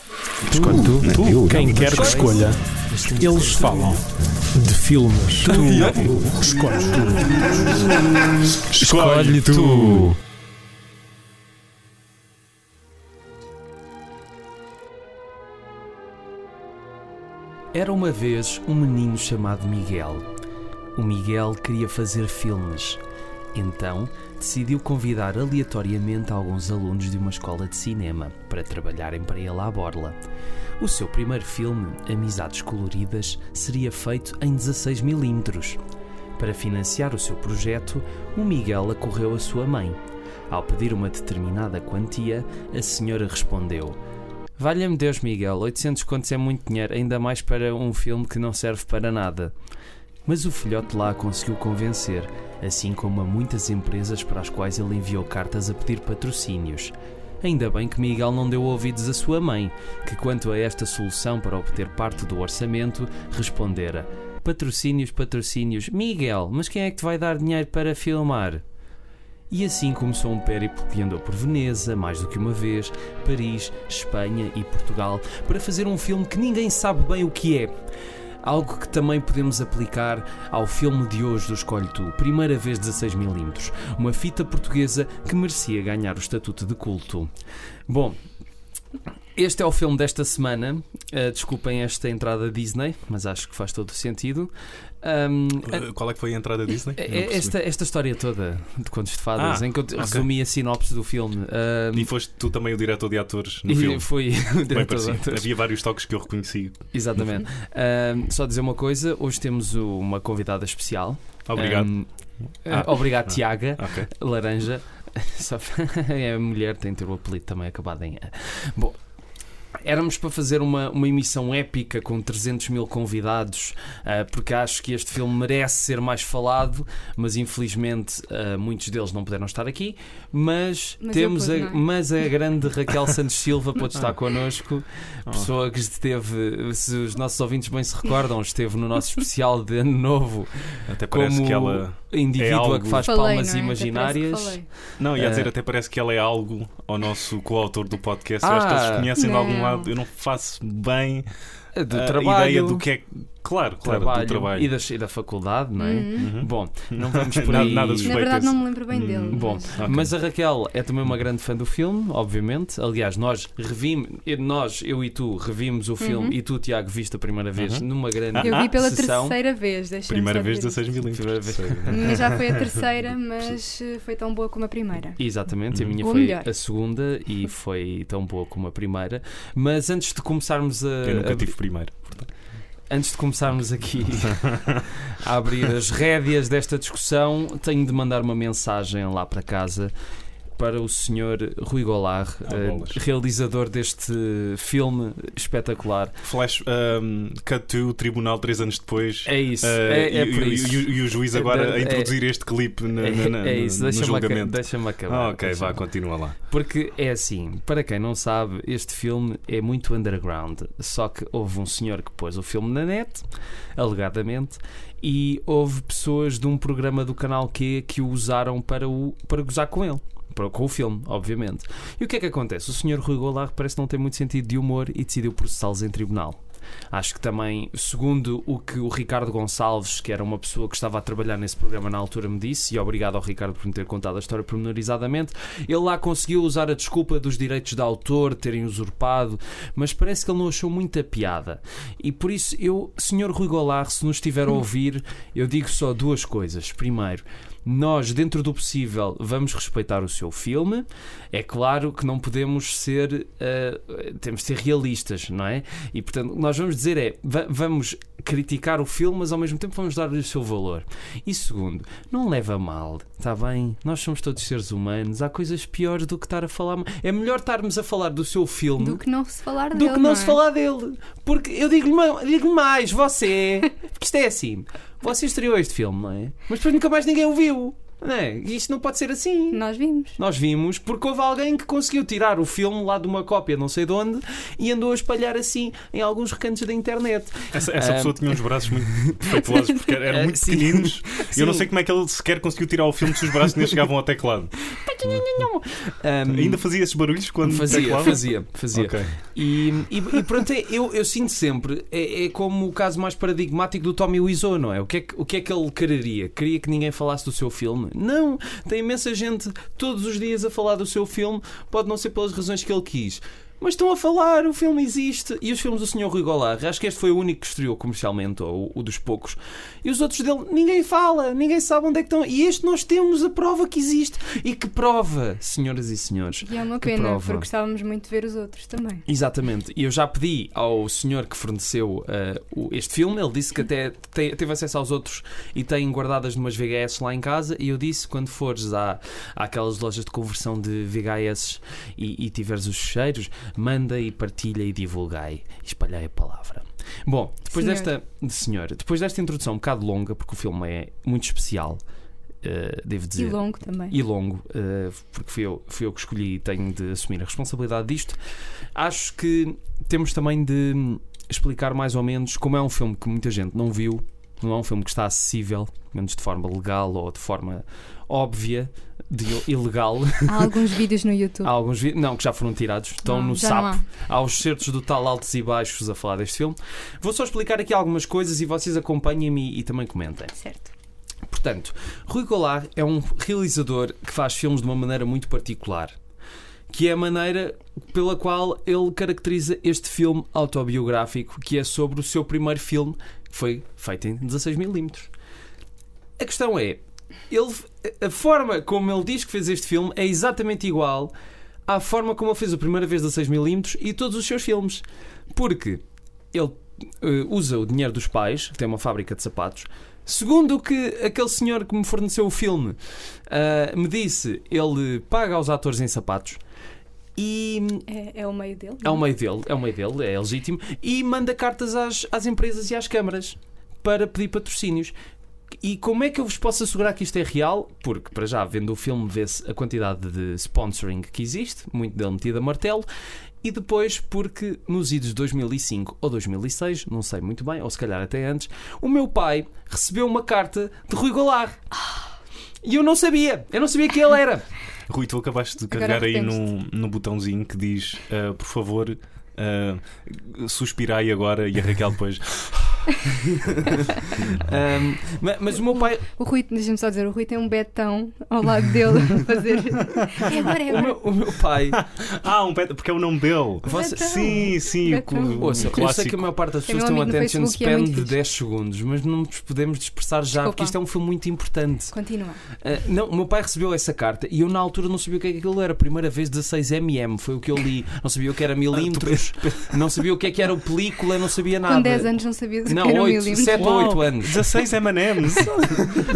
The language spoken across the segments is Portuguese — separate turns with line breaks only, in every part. Não,
escolhe tu.
Tu,
né? eu,
quem
não.
quer que escolha, eles falam de filmes. Tu, escolhe tu.
Escolhe tu.
Era uma vez um menino chamado Miguel. O Miguel queria fazer filmes. Então, decidiu convidar aleatoriamente alguns alunos de uma escola de cinema para trabalharem para ele à borla. O seu primeiro filme, Amizades Coloridas, seria feito em 16mm. Para financiar o seu projeto, o Miguel acorreu a sua mãe. Ao pedir uma determinada quantia, a senhora respondeu: Valha-me Deus, Miguel, 800 contos é muito dinheiro, ainda mais para um filme que não serve para nada. Mas o filhote lá a conseguiu convencer, assim como a muitas empresas para as quais ele enviou cartas a pedir patrocínios. Ainda bem que Miguel não deu ouvidos à sua mãe, que quanto a esta solução para obter parte do orçamento, respondera: Patrocínios, patrocínios, Miguel, mas quem é que te vai dar dinheiro para filmar? E assim começou um périplo que andou por Veneza, mais do que uma vez, Paris, Espanha e Portugal, para fazer um filme que ninguém sabe bem o que é. Algo que também podemos aplicar ao filme de hoje do Escolhe Tu, primeira vez 16mm, uma fita portuguesa que merecia ganhar o estatuto de culto. Bom, este é o filme desta semana. Ah, desculpem esta entrada Disney, mas acho que faz todo o sentido. Ahm, a-
Uh, Qual é que foi a entrada Disney? Não
é-
percebi.
Esta, esta história toda de Contos de Fadas,
Ah,
em que eu te-
ok.
resumi a sinopse do filme. ah,
E foste tu também o diretor de atores no
e
filme.
foi o
Bem
diretor de
parecido. é
atores.
Havia vários toques que eu reconheci.
Exatamente. Ah, só dizer uma coisa: hoje temos o- uma convidada especial.
Obrigado.
Ah,
Ah.
obrigado,
Ah.
Tiaga,
Ok.
laranja. Só- é mulher, tem de ter o apelido também acabado em. A. Bom, éramos para fazer uma, uma emissão épica com 300 mil convidados, ah, porque acho que este filme merece ser mais falado, mas infelizmente ah, muitos deles não puderam estar aqui. Mas,
Mas eu
temos
pude,
a,
não é?
mas a grande Raquel Santos Silva pode estar connosco.
Oh.
Pessoa que esteve, se os nossos ouvintes bem se recordam, esteve no nosso especial de Ano Novo,
Até parece
como
que ela.
indivídua
algo-
que faz
É Falei,
palmas
não é? Até parece que
imaginárias.
falei.
Não, ia
Eh.
dizer, até parece que ela é algo ao nosso coautor do podcast. eu acho que eles
Ah.
conhecem de algum
Não.
lado. Eu não faço bem eh,
Do
a
trabalho,
Ah, ideia do que é. Claro, claro, do trabalho.
E, das- e da, faculdade, não é?
Uhum.
Uhum.
Bom, não vamos por
Nada-
aí.
nada dos-
Na
Suspeitas.
verdade, não me lembro bem
Hum,
dele.
Bom,
mas-
Ok.
mas a Raquel é também uma grande fã do filme, obviamente. Aliás, nós revimos, nós, eu e tu, revimos o filme
Uhum.
e tu, Tiago, viste a primeira vez
Uhum.
numa grande.
Eu vi pela
sessão.
terceira Uhum. vez, deixa-me
Primeira
só
um vez
dizer
16 milímetros.
Primeira vez.
isso. Mas já foi a terceira, mas eh, foi tão boa como a primeira.
Exatamente, a
Uhum.
minha
Ou
foi
melhor.
a segunda e foi tão boa como a primeira. Mas antes de começarmos a,
Eu nunca
a-
tive primeiro.
antes de começarmos aqui a abrir as rédeas desta discussão, tenho de mandar uma mensagem lá para casa para o senhor Rui Golar,
Ah,
eh,
bolas.
realizador deste filme espetacular.
Flash, um, cut to tribunal três anos depois.
É isso,
Eh,
é, é
e,
por
e-
isso.
e o- e o juiz
É
agora
da-
a
é-
introduzir este clipe na,
É,
na- na-
é isso,
no
deixa-me aca-
julgamento.
deixa-me acabar.
Ah, ok,
deixa-me
vá, continua lá.
Porque é assim, para quem não sabe, este filme é muito underground. Só que houve um senhor que pôs o filme na net, alegadamente, e houve pessoas de um programa do canal Q que o usaram para, o, para gozar com ele. para- Com o filme, obviamente. E o que é que acontece? O senhor Rui Goulart parece não ter muito sentido de humor e decidiu processá-los em tribunal. Acho que também, segundo o que o Ricardo Gonçalves, que era uma pessoa que estava a trabalhar nesse programa na altura, me disse, e obrigado ao Ricardo por me ter contado a história pormenorizadamente, ele lá conseguiu usar a desculpa dos direitos de autor terem usurpado, mas parece que ele não achou muita piada. E por isso, eu, Sr. Rui Goulart, se nos estiver a
Hum.
ouvir, eu digo só duas coisas. Primeiro, nós, dentro do possível, vamos respeitar o seu filme. É claro que não podemos ser. eh, temos de ser realistas, não é? E portanto, o que nós vamos dizer é: va- vamos criticar o filme, mas ao mesmo tempo vamos dar-lhe o seu valor. E segundo, não leva a mal, está bem? Nós somos todos seres humanos, há coisas piores do que estar a falar. É melhor estarmos a falar do seu filme
Do que não se falar
do
dele.
que não
é?
se falar dele. Porque eu digo-lhe ma- digo-lhe mais, você. Porque isto é assim. Você estreou este filme, não é? Mas depois nunca mais ninguém o viu. Não é? E isto não pode ser assim.
Nós vimos.
Nós vimos porque houve alguém que conseguiu tirar o filme lá de uma cópia não sei de onde e andou a espalhar assim em alguns recantos da internet.
Essa, essa
Ah,
pessoa tinha uns braços muito defeituosos porque eram
Ah,
muito
sim.
pequeninos. E eu não
Sim.
sei como é que ele sequer conseguiu tirar o filme se os braços nem chegavam ao teclado.
Ahm,
Ainda fazia esses barulhos quando
Hum. fazia,
teclava?
fazia, fazia.
Hum, Ok.
E, e- e pronto, é- eu, eu sinto sempre, é, é como o caso mais paradigmático do Tommy Wiseau, não é? O que é, que, o que é que ele quereria? Queria que ninguém falasse do seu filme? Não! Tem imensa gente todos os dias a falar do seu filme, pode não ser pelas razões que ele quis. Mas estão a falar, o filme existe. E os filmes do Sr. Rui Goulart, acho que este foi o único que estreou comercialmente, ou o dos poucos. E os outros dele, ninguém fala, ninguém sabe onde é que estão. E este nós temos a prova que existe. E que prova, senhoras e senhores.
E é uma
Que
pena,
prova.
porque gostávamos muito de ver os outros também.
Exatamente, e eu já pedi ao senhor que forneceu eh, o- este filme, ele disse que até te- teve acesso aos outros e tem guardadas numas VHS lá em casa. E eu disse: quando fores à, àquelas lojas de conversão de VHS e, e tiveres os cheiros, manda e partilha e divulgai, e espalhai a palavra. Bom, depois
Senhor.
desta. Senhor, depois desta introdução um bocado longa, porque o filme é muito especial, eh, devo
E
dizer
longo também.
e longo, eh, porque fui eu, fui eu que escolhi e tenho de assumir a responsabilidade disto. Acho que temos também de hum, explicar mais ou menos como é um filme que muita gente não viu, não é um filme que está acessível, pelo menos de forma legal ou de forma óbvia, de ilegal.
Há alguns vídeos no YouTube.
Há alguns vídeos, não, que já foram tirados, estão
Não,
no
já não
sapo. Há os certos do tal altos e baixos a falar deste filme. Vou só explicar aqui algumas coisas e vocês acompanhem-me e- e também comentem.
há. Certo.
Portanto, Rui Goulart é um realizador que faz filmes de uma maneira muito particular, que é a maneira pela qual ele caracteriza este filme autobiográfico, que é sobre o seu primeiro filme, que foi feito em 16mm. A questão é, ele, a forma como ele diz que fez este filme é exatamente igual à forma como ele fez a primeira vez 16mm e todos os seus filmes. Porque ele eh, usa o dinheiro dos pais, que tem uma fábrica de sapatos, Segundo o que aquele senhor que me forneceu o filme ah, me disse, ele paga aos atores em sapatos e
É, é o meio dele.
é o meio dele, é o meio dele, é legítimo, e manda cartas às, às empresas e às câmaras para pedir patrocínios. E como é que eu vos posso assegurar que isto é real? Porque, para já, vendo o filme, vê-se a quantidade de sponsoring que existe, muito dele metido a martelo, e depois porque nos idos de 2005 ou 2006, não sei muito bem, ou se calhar até antes, o meu pai recebeu uma carta de Rui Goulart. E eu não sabia, eu não sabia quem ele era.
Rui, tu acabaste de
Agora
carregar aí no,
arrependeste.
no botãozinho que diz ah, por favor. ah, suspirai agora e a Raquel depois
Ahm, ma- mas o meu pai,
O Rui, deixa-me só dizer, o Rui tem um betão ao lado dele a fazer. É agora, é
o
agora.
meu, o meu pai
Ah, um pet, porque é o nome dele
Você-
Sim, sim, o,
Betão.
cu- o
Ouça, eu sei
Hum, clássico.
que a maior parte das
Tem um
pessoas tem um
amigo no
attention
Facebook e é
span
muito
de
fixe.
10 segundos, mas não nos podemos dispersar já,
Desculpa.
porque isto é um filme muito importante.
Continua.
Ah, não, o meu pai recebeu essa carta e eu na altura não sabia o que é que aquilo era. Primeira vez 16mm, foi o que eu li. Não sabia o que era
Ah,
milímetros, não sabia o que é que era o película, não sabia nada.
Com 10 anos não sabia do que
Ah, Não,
era um
8,
milímetro.
7 ou
Uau.
8 anos.
16 M&M's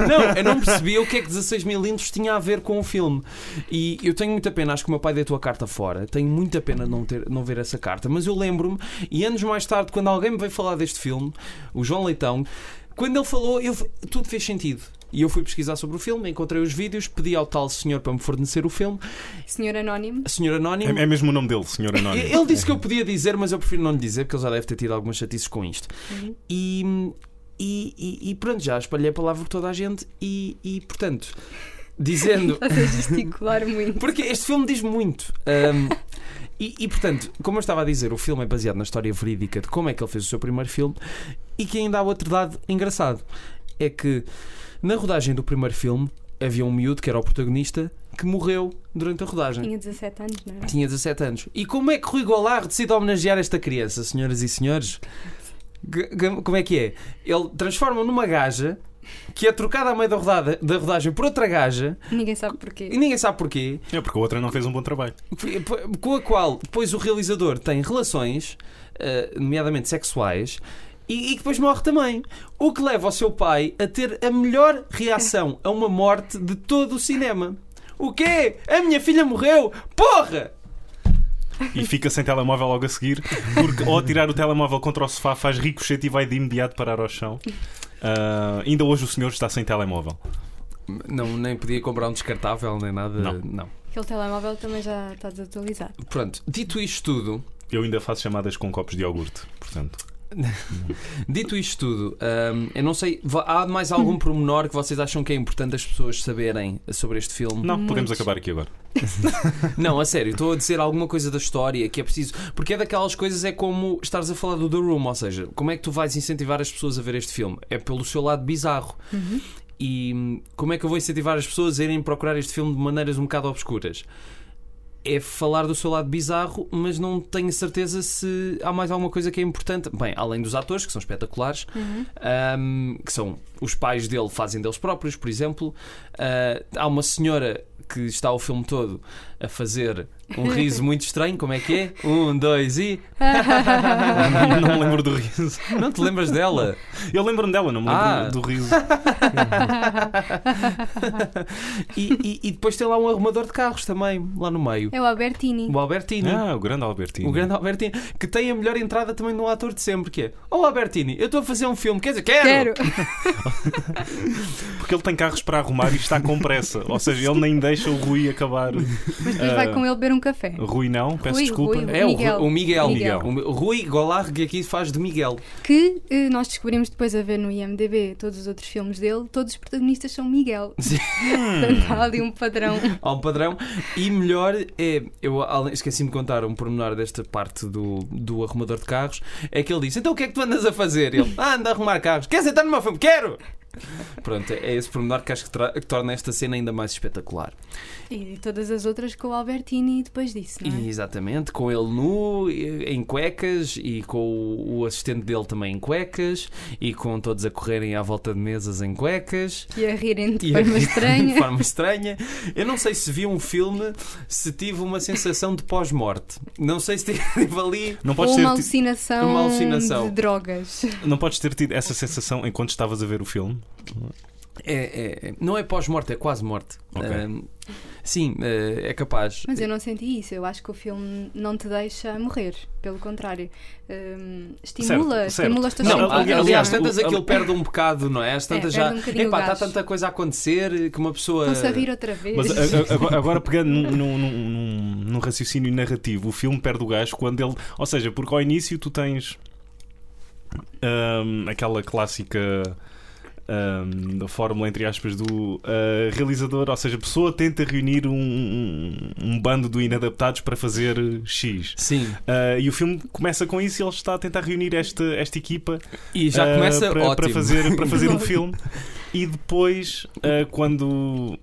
Não, eu não percebia o que é que 16 milímetros tinha a ver com o filme. E eu tenho muita pena, acho que o meu pai deitou a carta fora. Tenho muita pena de não, ter, não ver essa carta. Mas eu lembro-me, e anos mais tarde, quando alguém me veio falar deste filme, o João Leitão, quando ele falou, eu, tudo fez sentido. E eu fui pesquisar sobre o filme, encontrei os vídeos, pedi ao tal senhor para me fornecer o filme,
Senhor Anónimo.
senhor Anónimo.
é, é mesmo o nome dele, senhor Anónimo
Ele disse que eu podia dizer, mas eu prefiro não lhe dizer, porque ele já deve ter tido algumas chatices com isto. E, e- e- e pronto, já espalhei a palavra por toda a gente e, e, portanto, dizendo.
Estás a gesticular muito.
Porque este filme diz muito. Ahm, e, e, portanto, como eu estava a dizer, o filme é baseado na história verídica de como é que ele fez o seu primeiro filme e que ainda há outro dado engraçado. É que na rodagem do primeiro filme havia um miúdo que era o protagonista que morreu durante a rodagem.
Tinha 17 anos, não é?
Tinha 17 anos. E como é que Rui Goulart decide homenagear esta criança, senhoras e senhores? G- g- Como é que é? Ele transforma numa gaja que é trocada a meio da, rodada, da rodagem por outra gaja
Ninguém sabe
e
porquê.
ninguém sabe porquê,
É porque a outra não fez um bom trabalho
p- p- com a qual depois o realizador tem relações, eh, nomeadamente sexuais, e, e que depois morre também. O que leva o seu pai a ter a melhor reação a uma morte de todo o cinema. O quê? A minha filha morreu? Porra!
E fica sem telemóvel logo a seguir Porque ao tirar o telemóvel contra o sofá Faz ricochete e vai de imediato parar ao chão Ah, Ainda hoje o senhor está sem telemóvel
Não, nem podia comprar um descartável nem nada.
Não.
Aquele telemóvel também já está desatualizado.
Pronto, dito isto tudo,
Eu ainda faço chamadas com copos de iogurte Portanto
Dito isto tudo, hum, eu não sei, va- há mais algum pormenor que vocês acham que é importante as pessoas saberem sobre este filme?
Não, podemos
Muitos.
acabar aqui agora.
Não, a sério, estou a dizer alguma coisa da história que é preciso. Porque é daquelas coisas, é como estares a falar do The Room, ou seja, como é que tu vais incentivar as pessoas a ver este filme? É pelo seu lado bizarro. E hum, como é que eu vou incentivar as pessoas a irem procurar este filme de maneiras um bocado obscuras? É falar do seu lado bizarro, mas não tenho certeza se há mais alguma coisa que é importante. Bem, além dos atores, que são espetaculares, hum, que são os pais dele fazem deles próprios, por exemplo. Ah, há uma senhora que está o filme todo a fazer um riso muito estranho, como é que é? Um, dois e.
não me lembro do riso.
Não te lembras dela?
Eu lembro-me dela, não me lembro
Ah.
do riso.
E, e- e depois tem lá um arrumador de carros também, lá no meio.
É o Albertini.
O Albertini.
Ah, o grande Albertino.
O grande Albertini, que tem a melhor entrada também de um ator de sempre, que é Oh Albertini, eu estou a fazer um filme, quer dizer, quero!
Quero.
Porque ele tem carros para arrumar e está com pressa. Ou seja, ele nem deixa o Rui acabar.
Mas depois
Ah.
vai com ele beber um café.
Oh.
Rui não, peço
Rui,
desculpa.
Rui.
É
Miguel.
o, Ru- o Miguel.
Miguel.
O Rui Golar, que aqui faz de Miguel.
Que eh, nós descobrimos depois a ver no IMDB todos os outros filmes dele, todos os protagonistas são Miguel.
Sim.
Portanto, há ali um padrão.
Há um padrão. E melhor é. Eu além- esqueci-me de contar um pormenor desta parte do, do arrumador de carros. É que ele disse: Então o que é que tu andas a fazer? Ele: Ah, anda a arrumar carros. Quer dizer, está numa filme? Quero! Pronto, é esse pormenor que acho que, tra- que torna esta cena ainda mais espetacular.
E todas as outras com o Albertini depois disso, não é?
E, exatamente, com ele nu, e- em cuecas, e com o, o assistente dele também em cuecas, e com todos a correrem à volta de mesas em cuecas.
E a rirem de
E a
forma
rir-
estranha.
De forma estranha. Eu não sei se vi um filme se tive uma sensação de pós-morte. Não sei se tive ali.
Não
Ou
podes, ter
uma
ti-
alucinação,
uma alucinação.
de drogas.
não podes ter tido essa sensação enquanto estavas a ver o filme.
É, é- não é pós-morte, é quase morte.
Ok.
Ahm, sim, eh, é capaz.
Mas eu não senti isso. Eu acho que o filme não te deixa morrer. Pelo contrário, Hum, estimula,
Certo, certo.
estimula os teus
Não,
Não,
sentidos.
ali-
aliás,
aliás,
tantas
o-
aquilo perde um bocado, não é? As tantas
É,
já.
perde um bocadinho o
Epá, está
gás.
tanta coisa a acontecer que uma pessoa.
Estão-se a rir outra vez.
Mas uh, a- a- agora- agora pegando num, num- num- num- num raciocínio narrativo, o filme perde o gás quando ele. Ou seja, porque ao início tu tens ahm, aquela clássica. ahm, da fórmula, entre aspas, do ah, realizador, ou seja, a pessoa tenta reunir um, um- um bando de inadaptados para fazer X.
Sim,
Ah, e o filme começa com isso e ele está a tentar reunir esta, esta equipa
e já
ah,
começa
para,
ótimo.
para fazer, para fazer um filme. E depois, ah, quando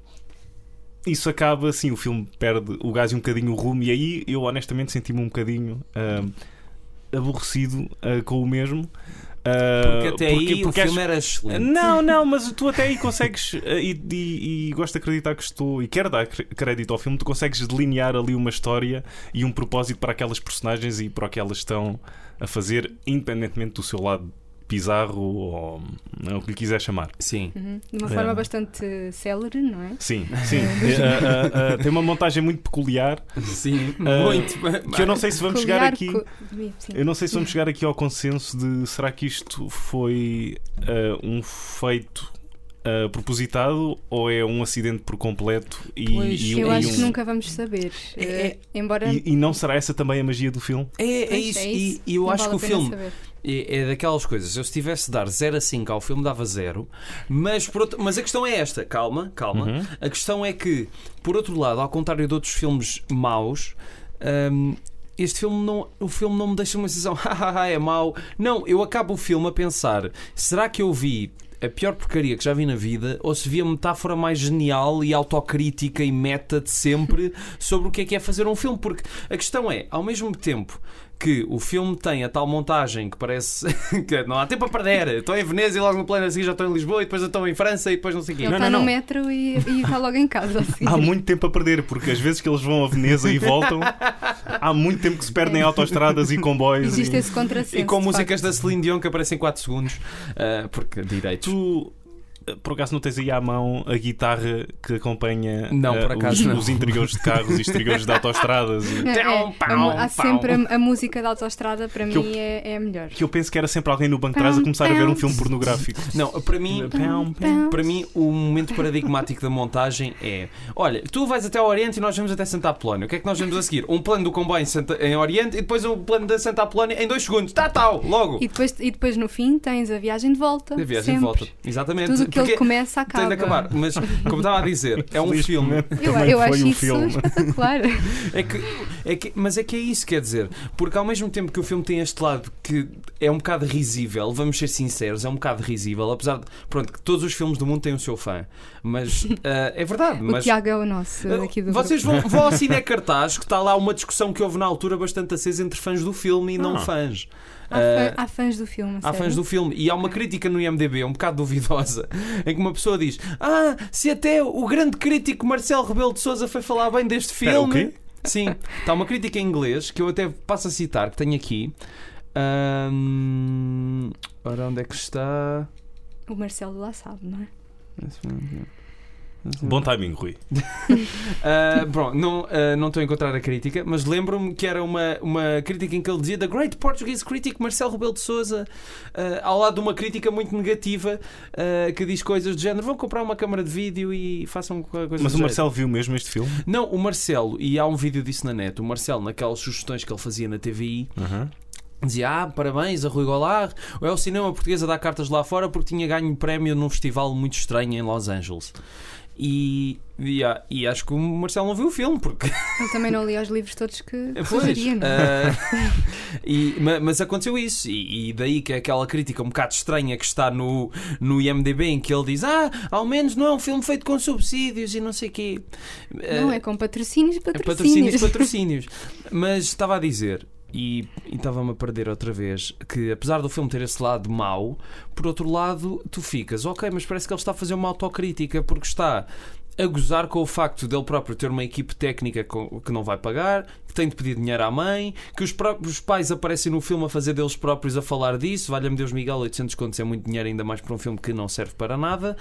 isso acaba, assim, o filme perde o gás e um bocadinho o rumo. E aí eu honestamente senti-me um bocadinho ah, aborrecido ah, com o mesmo. Ah,
Porque até aí o
porque
filme era excelente.
não, não, mas tu até aí consegues eh, e, e, e gosto de acreditar que estou e quero dar cre- crédito ao filme, tu consegues delinear ali uma história e um propósito para aquelas personagens e para o que elas estão a fazer, independentemente do seu lado bizarro ou é o que lhe quiser chamar.
Sim.
Uhum. De uma
É.
forma bastante célere, não é?
Sim, sim. Eh, ah, ah, ah, tem uma montagem muito peculiar
Sim,
Ah,
muito.
que eu não sei se vamos chegar
Colgar
aqui.
co- Sim.
Eu não sei se vamos chegar aqui ao consenso de será que isto foi ah, um feito ah, propositado ou é um acidente por completo e,
Pois,
e-
Eu
e
acho
um-
que nunca vamos saber.
É-
Eh, embora.
e- e não será essa também a magia do filme?
É, é
Pois,
isso.
é
E
isso.
e eu
não
acho
vale
que o
a pena
filme
saber.
é, é daquelas coisas. Eu se tivesse de dar 0 a 5 ao filme, dava 0. Mas, por outro- mas a questão é esta. Calma, calma. A questão é que, por outro lado, ao contrário de outros filmes maus. hum, este filme não, o filme não me deixa uma sensação, hahaha, é mau. Não, eu acabo o filme a pensar: será que eu vi a pior porcaria que já vi na vida ou se vi a metáfora mais genial e autocrítica e meta de sempre sobre o que é que é fazer um filme? Porque a questão é, ao mesmo tempo que o filme tem a tal montagem que parece que não há tempo a perder, estou em Veneza e logo no plano a seguir já estou em Lisboa e depois eu estou em França e depois não sei o quê.
Ele
Não,
está
não,
no
não.
metro e, e está logo em casa. Assim.
Há muito tempo a perder, porque às vezes que eles vão a Veneza e voltam, há muito tempo que se perdem em autoestradas e comboios.
É. Existe
e-
esse contrassenso.
E com
de
músicas da Celine Dion que aparecem em 4 segundos, ah, porque direitos.
Tu eh, por acaso não tens aí à mão a guitarra que acompanha
Não,
eh,
por acaso
os,
não.
os interiores de carros e exteriores de autostradas? e-
É,
Tão,
é, a mu-
pau,
há sempre a, a música da autostrada, para
Que eu-
mim, é, é a melhor.
Que eu penso que era sempre alguém no banco de trás a começar a ver um filme pornográfico.
Não, para mim,
Pão, pão.
para mim, o momento paradigmático da montagem é: olha, tu vais até ao Oriente e nós vamos até Santa Apolónia. O que é que nós vamos a seguir? Um plano do comboio em, Santa, em Oriente e depois um plano da Santa Apolónia em dois segundos. Tá, tal, logo.
E depois, e depois no fim tens a viagem de volta.
a viagem
sempre.
de volta. Exatamente.
Tudo o que
Porque
ele começa acaba.
tem de acabar. Mas, como estava a dizer, é um filme.
Felizmente,
Eu,
também
eu
foi
acho
um
isso
filme.
espetacular.
É que, é que, mas é que é isso, quer dizer, porque ao mesmo tempo que o filme tem este lado que é um bocado risível, vamos ser sinceros, é um bocado risível, apesar de, pronto, que todos os filmes do mundo têm o seu fã, mas ah, é verdade.
O
mas,
Tiago é o nosso
ah,
daqui do
vocês vão, vão ao Cine Cartaz, que está lá uma discussão que houve na altura bastante acesa entre fãs do filme e não
Ah.
fãs.
grupo.
Ah,
Há, fã- há fãs do filme.
Há fãs do filme e há uma crítica no IMDB um bocado duvidosa em que uma pessoa diz: Ah, se até o grande crítico Marcelo Rebelo de Souza foi falar bem deste
Espera, o
filme.
quê?
Sim, está uma crítica em inglês que eu até passo a citar, que tenho aqui. Ahm, Ora, onde é que está?
O Marcelo lá sabe, não é?
Bom timing, Rui.
Ah, bom, não, ah, não estou a encontrar a crítica, mas lembro-me que era uma, uma crítica em que ele dizia The Great Portuguese Critic Marcelo Rebelo de Souza, ao lado de uma crítica muito negativa ah, que diz coisas do género: vão comprar uma câmara de vídeo e façam co- coisas
Mas
do
o
género."
Marcelo viu mesmo este filme?
Não, o Marcelo, e há um vídeo disso na net, o Marcelo, naquelas sugestões que ele fazia na TVI, dizia: Ah, parabéns a Rui Goulart, é o cinema português a dar cartas lá fora porque tinha ganho prémio num festival muito estranho em Los Angeles. E, e, ah, e acho que o Marcelo não viu o filme, porque
Eu também não li os livros todos que que
Eh, Pois,
sugeria, não é?
ah, e- ma- mas aconteceu isso, e, e daí que aquela crítica um bocado estranha que está no, no IMDB em que ele diz: Ah, ao menos não é um filme feito com subsídios e não sei o quê. Ah,
Não, é com patrocínios,
é
patrocínios.
patrocínios. Mas estava a dizer, e e estava-me a perder outra vez, que apesar do filme ter esse lado mau, por outro lado, tu ficas, ok, mas parece que ele está a fazer uma autocrítica porque está. A gozar com o facto dele próprio ter uma equipe técnica com- que não vai pagar, que tem de pedir dinheiro à mãe, que os próprios pais aparecem no filme a fazer deles próprios a falar disso. Valha-me Deus, Miguel, 800 contos é muito dinheiro, ainda mais para um filme que não serve para nada.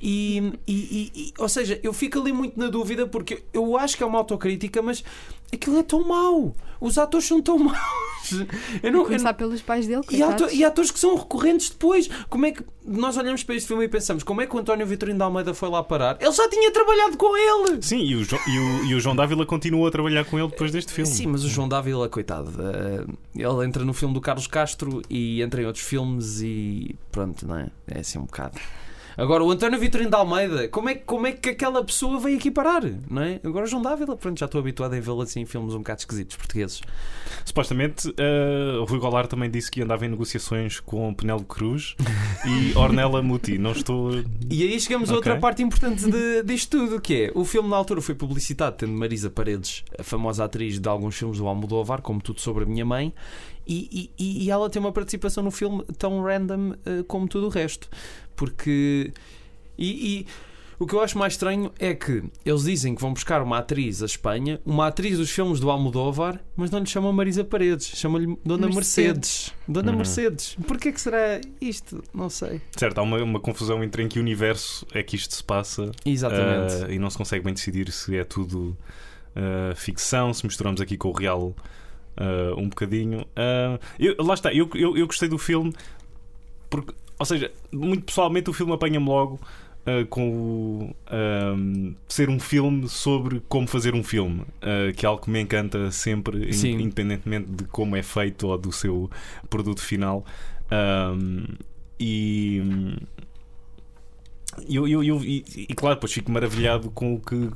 E, e- e- e- ou seja, eu fico ali muito na dúvida porque eu acho que é uma autocrítica, mas aquilo é tão mau. Os atores são tão maus. Eu não, eu não-
Começar pelos pais dele,
e, há ato-
coitados.
e há atores que são recorrentes depois. Como é que nós olhamos para este filme e pensamos como é que o António Vitorino de Almeida foi lá parar? Ele já tinha trabalhado com ele!
Sim, e o, Jo- e o- e o João Dávila continua a trabalhar com ele depois deste filme.
Sim, mas o João Dávila, coitado, eh, ele entra no filme do Carlos Castro e entra em outros filmes e pronto, não é? É assim um bocado. Agora, o António Vitorino de Almeida, como é, que- como é que aquela pessoa veio aqui parar? Não é? Agora, o João Dávila, pronto, já estou habituado a vê-lo assim em filmes um bocado esquisitos portugueses.
Supostamente, eh, o Rui Goulart também disse que andava em negociações com Penélope Cruz e Ornella Muti. Não estou.
E aí chegamos a
Ok.
outra parte importante de, disto tudo, que é o filme na altura foi publicitado tendo Marisa Paredes, a famosa atriz de alguns filmes do Almodóvar, como Tudo Sobre a Minha Mãe, e, e- e ela tem uma participação no filme tão random eh, como tudo o resto. Porque. E, e o que eu acho mais estranho é que eles dizem que vão buscar uma atriz à Espanha, uma atriz dos filmes do Almodóvar, mas não lhe chamam Marisa Paredes, chamam-lhe Dona Mercedes.
Mercedes.
Dona
Uhum.
Mercedes. Porquê que será isto? Não sei.
Certo, há uma, uma confusão entre em que universo é que isto se passa
Exatamente.
eh, e não se consegue bem decidir se é tudo eh, ficção, se misturamos aqui com o real eh, um bocadinho. Ah, eu- lá está, eu, eu, eu gostei do filme, porque, ou seja, muito pessoalmente o filme apanha-me logo. ah, com o ahm, ser um filme sobre como fazer um filme, ah, que é algo que me encanta sempre, in-
Sim.
independentemente de como é feito ou do seu produto final. Ahm, e, e eu, eu, eu- e, e claro, depois fico maravilhado com o que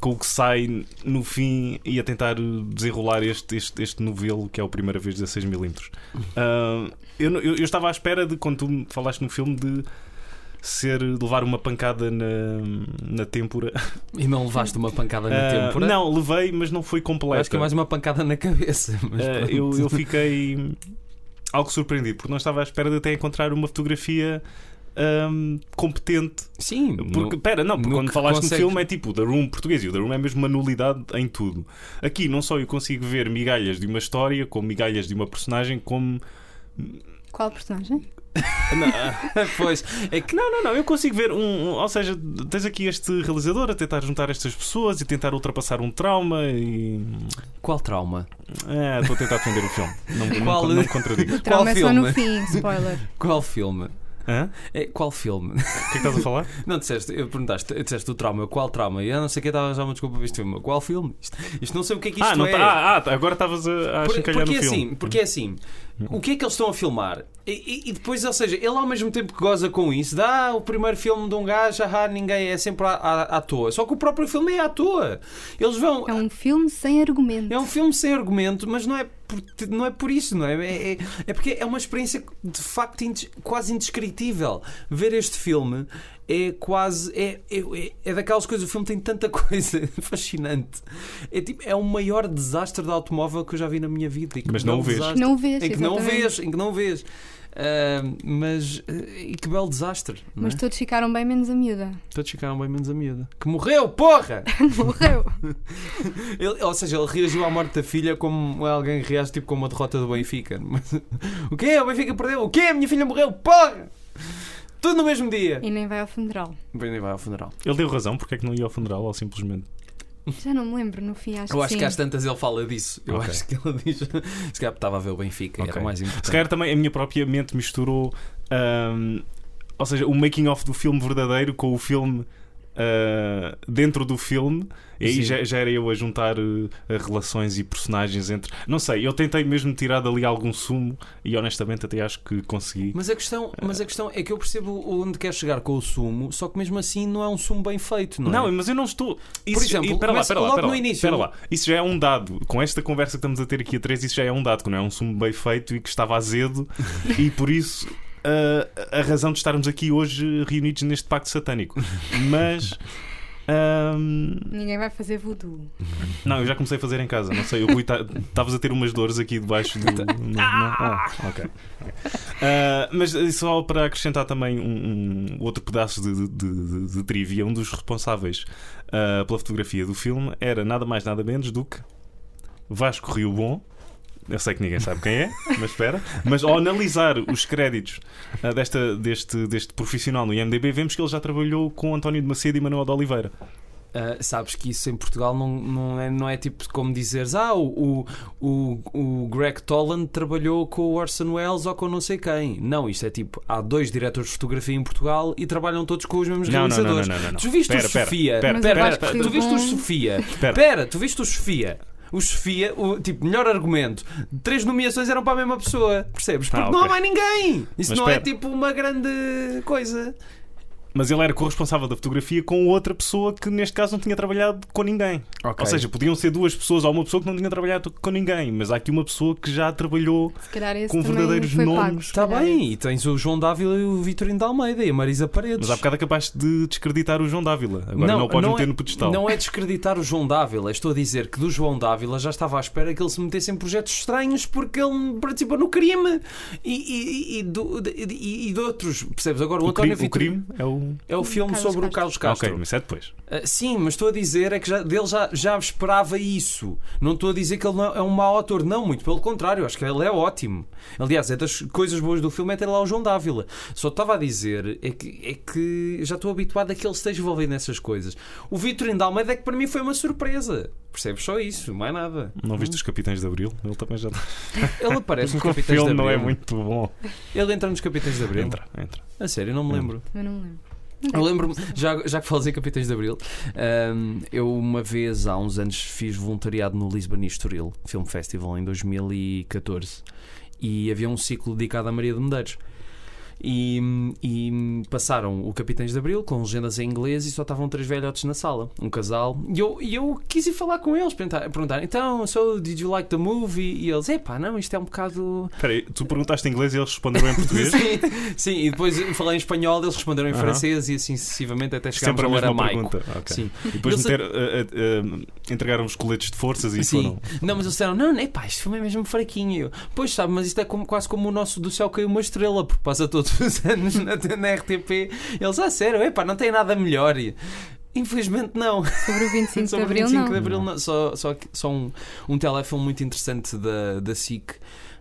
com o que sai no fim e a tentar desenrolar este, este, este novelo que é a primeira vez 16mm. Ah, eu, não- eu, eu estava à espera de, quando tu me falaste no filme, de ser de levar uma pancada na, na têmpora.
E não levaste uma pancada na
Ah,
têmpora?
não, levei, mas não foi
Eu
completa.
acho que é mais uma pancada na cabeça. Mas
Ah,
pronto.
eu, eu fiquei algo surpreendido, porque não estava à espera de até encontrar uma fotografia ahm, competente.
Sim,
Porque,
no-
pera, não, porque
no
quando
que
falaste
consegue-
no filme é tipo o The Room português e o The Room é mesmo uma nulidade em tudo. Aqui não só eu consigo ver migalhas de uma história, como migalhas de uma personagem, como
Qual personagem?
Não,
pois, é que
não, não, não, eu consigo ver um, um- Ou seja, tens aqui este realizador a tentar juntar estas pessoas e tentar ultrapassar um trauma e.
qual trauma?
É, estou a tentar defender o filme. Não, não-
Qual-
não me contradigo.
O trauma
Qual
é só no
filme?
fim, spoiler.
Qual filme?
Hã?
É, qual filme?
O que é que estás a falar?
Não disseste, eu perguntaste, disseste o trauma, qual trauma? Eu não sei o que estava já uma desculpa para este filme. Qual filme? Isto, isto não sei o que é que isto
ah, não
é.
tá- ah, ah, tá, agora estavas a, a
Por-
chincalhar
porque,
no
é
filme.
assim, porque é assim, o que é que eles estão a filmar? E, e- e depois, ou seja, ele ao mesmo tempo que goza com isso, dá "Ah, o primeiro filme de um gajo, ah, ninguém é sempre à, à, à toa. Só que o próprio filme é à toa. Eles vão.
É um filme sem argumento.
É um filme sem argumento, mas não é por, não é por isso, não é? É, é- é porque é uma experiência de facto indes- quase indescritível. Ver este filme é quase. É, é, é daquelas coisas. O filme tem tanta coisa fascinante. É, tipo, é o maior desastre de automóvel que eu já vi na minha vida. E que
Mas não
belo
o vês.
desastre.
Não o vês,
Em é que não o
exatamente.
vês, em que não o vês. Ah, mas. eh, E que belo desastre. não é?
Mas todos ficaram bem menos a miúda.
Todos ficaram bem menos a miúda. Que morreu, porra!
Morreu.
Ele- ou seja, ele reagiu à morte da filha como alguém reage tipo com uma derrota do Benfica. Mas, o quê? O Benfica perdeu? O quê? A minha filha morreu? Porra! Tudo no mesmo dia!
E nem vai ao funeral.
Bem, nem vai ao funeral.
Ele deu razão porque é que não ia ao funeral ou simplesmente.
Já não me lembro, no fim acho
Eu
que
acho
sim.
que às tantas ele fala disso. Eu
Ok.
acho que ele diz. Se calhar estava a ver o Benfica, era
Ok.
o mais importante.
Se calhar também a minha própria mente misturou. ahm, ou seja, o making of do filme verdadeiro com o filme. ah, dentro do filme, e
Sim.
aí já, já era eu a juntar eh, relações e personagens entre. Não sei, eu tentei mesmo tirar dali algum sumo e honestamente até acho que consegui.
Mas a, questão, mas a questão é que eu percebo onde quer chegar com o sumo, só que mesmo assim não é um sumo bem feito, não é?
Não, mas eu não estou. Isso,
exemplo,
e- pera lá,
começa
pera lá,
logo
pera
no
lá,
início.
pera lá. Isso já é um dado. Com esta conversa que estamos a ter aqui a três, isso já é um dado, que não é um sumo bem feito e que estava azedo, e por isso ah, a razão de estarmos aqui hoje reunidos neste pacto satânico. Mas. hum, ahm,
Ninguém vai fazer voodoo.
não, eu já comecei a fazer em casa. Não sei, o Rui tá- estavas a ter umas dores aqui debaixo do. não- não- ah, ok. ok. Ah, mas eh, só para acrescentar também um, um outro pedaço de, de- de- de trivia, um dos responsáveis ah, pela fotografia do filme era nada mais nada menos do que Vasco Rio Bom. Eu sei que ninguém sabe quem é, mas espera. Mas ao analisar os créditos ah, desta, deste, deste profissional no IMDB, vemos que ele já trabalhou com António de Macedo e Manuel de Oliveira.
Ah, sabes que isso em Portugal não, não, é, não é tipo como dizeres ah, o, o, o, o Greg Toland trabalhou com o Orson Welles ou com não sei quem. Não, isto é tipo, há dois diretores de fotografia em Portugal e trabalham todos com os mesmos
Não, não, não, não,
realizadores.
não, não, não.
Tu viste
Pera,
o
pera,
Sofia?
pera,
Mas
pera,
eu acho
pera.
que
Tu viste o
Bom.
Sofia?
Pera.
Pera, tu viste o Sofia? O Sofia, o tipo, melhor argumento, três nomeações eram para a mesma pessoa, percebes? Porque
Ah,
não há
ok.
mais ninguém! Isso
Mas
não é
espera.
tipo uma grande coisa.
Mas ele era corresponsável da fotografia com outra pessoa que neste caso não tinha trabalhado com ninguém. Ou seja, podiam ser duas pessoas ou uma pessoa que não tinha trabalhado com ninguém, mas há aqui uma pessoa que já trabalhou.
Se calhar esse
Com
também
verdadeiros
foi
nomes.
pago. se
Está
calhar.
Tá
é
bem, e tens o João Dávila e o Vitorino de Almeida e a Marisa Paredes.
Mas há bocado acabaste de descreditar o João Dávila. Agora não, o podes meter
é,
no pedestal.
Não é descreditar o João Dávila. Estou a dizer que do João Dávila já estava à espera que ele se metesse em projetos estranhos porque ele participa no crime. E, e, e, do- de- e- e de outros, percebes? Agora o,
o, crime,
António
o
Vitor-
crime é o.
É o filme
Carlos
sobre o Carlos
Castro.
Castro.
Ok, mas isso é depois.
Ah, sim, mas estou a dizer é que já, dele já, já esperava isso. Não estou a dizer que ele não é um mau ator, não, muito pelo contrário, acho que ele é ótimo. Aliás, é das coisas boas do filme é ter lá o João Dávila. Só estava a dizer é que, é que já estou habituado a que ele esteja envolvido nessas coisas. O Vitorino de Almeida é que para mim foi uma surpresa. Percebes só isso, mais nada.
Não viste os Capitães de Abril? Ele também já.
Ele aparece nos
o
Capitães de
filme
Abril.
não é muito bom.
Ele entra nos Capitães de Abril.
Entra, entra.
A sério, não me lembro.
Eu não me lembro.
Eu lembro-me, já, já que falas em Capitães de Abril, hum, eu uma vez, há uns anos, fiz voluntariado no Lisbon e Estoril Film Festival em 2014 e havia um ciclo dedicado à Maria de Medeiros. E, e passaram o Capitães de Abril com legendas em inglês e só estavam três velhotes na sala, um casal. E eu, e eu quis ir falar com eles, perguntar, perguntar então, so did you like the movie? E eles, epá, não, isto é um bocado.
Espera aí, tu perguntaste em inglês e eles responderam em português?
Sim, sim, e depois falei em espanhol, eles responderam em
Aham.
francês e assim sucessivamente até chegámos
Sempre é a
ao
mesma
aramaico.
pergunta. Ok.
Sim.
E depois meter,
Eles-
ah, ah, ah, entregaram os coletes de forças e
Sim.
foram. é
Não, mas eles disseram, não, não, pá, este filme é mesmo fraquinho. Eu, Pois sabe, mas isto é como- quase como o nosso do céu caiu uma estrela, porque passa todos os anos na, na RTP. Eles, ah, sério, epá, não tem nada melhor. E, Infelizmente não.
Sobre o 25
Sobre
de Abril,
25
não.
de Abril não. Só, só, que- só um, um telefilme muito interessante da, da SIC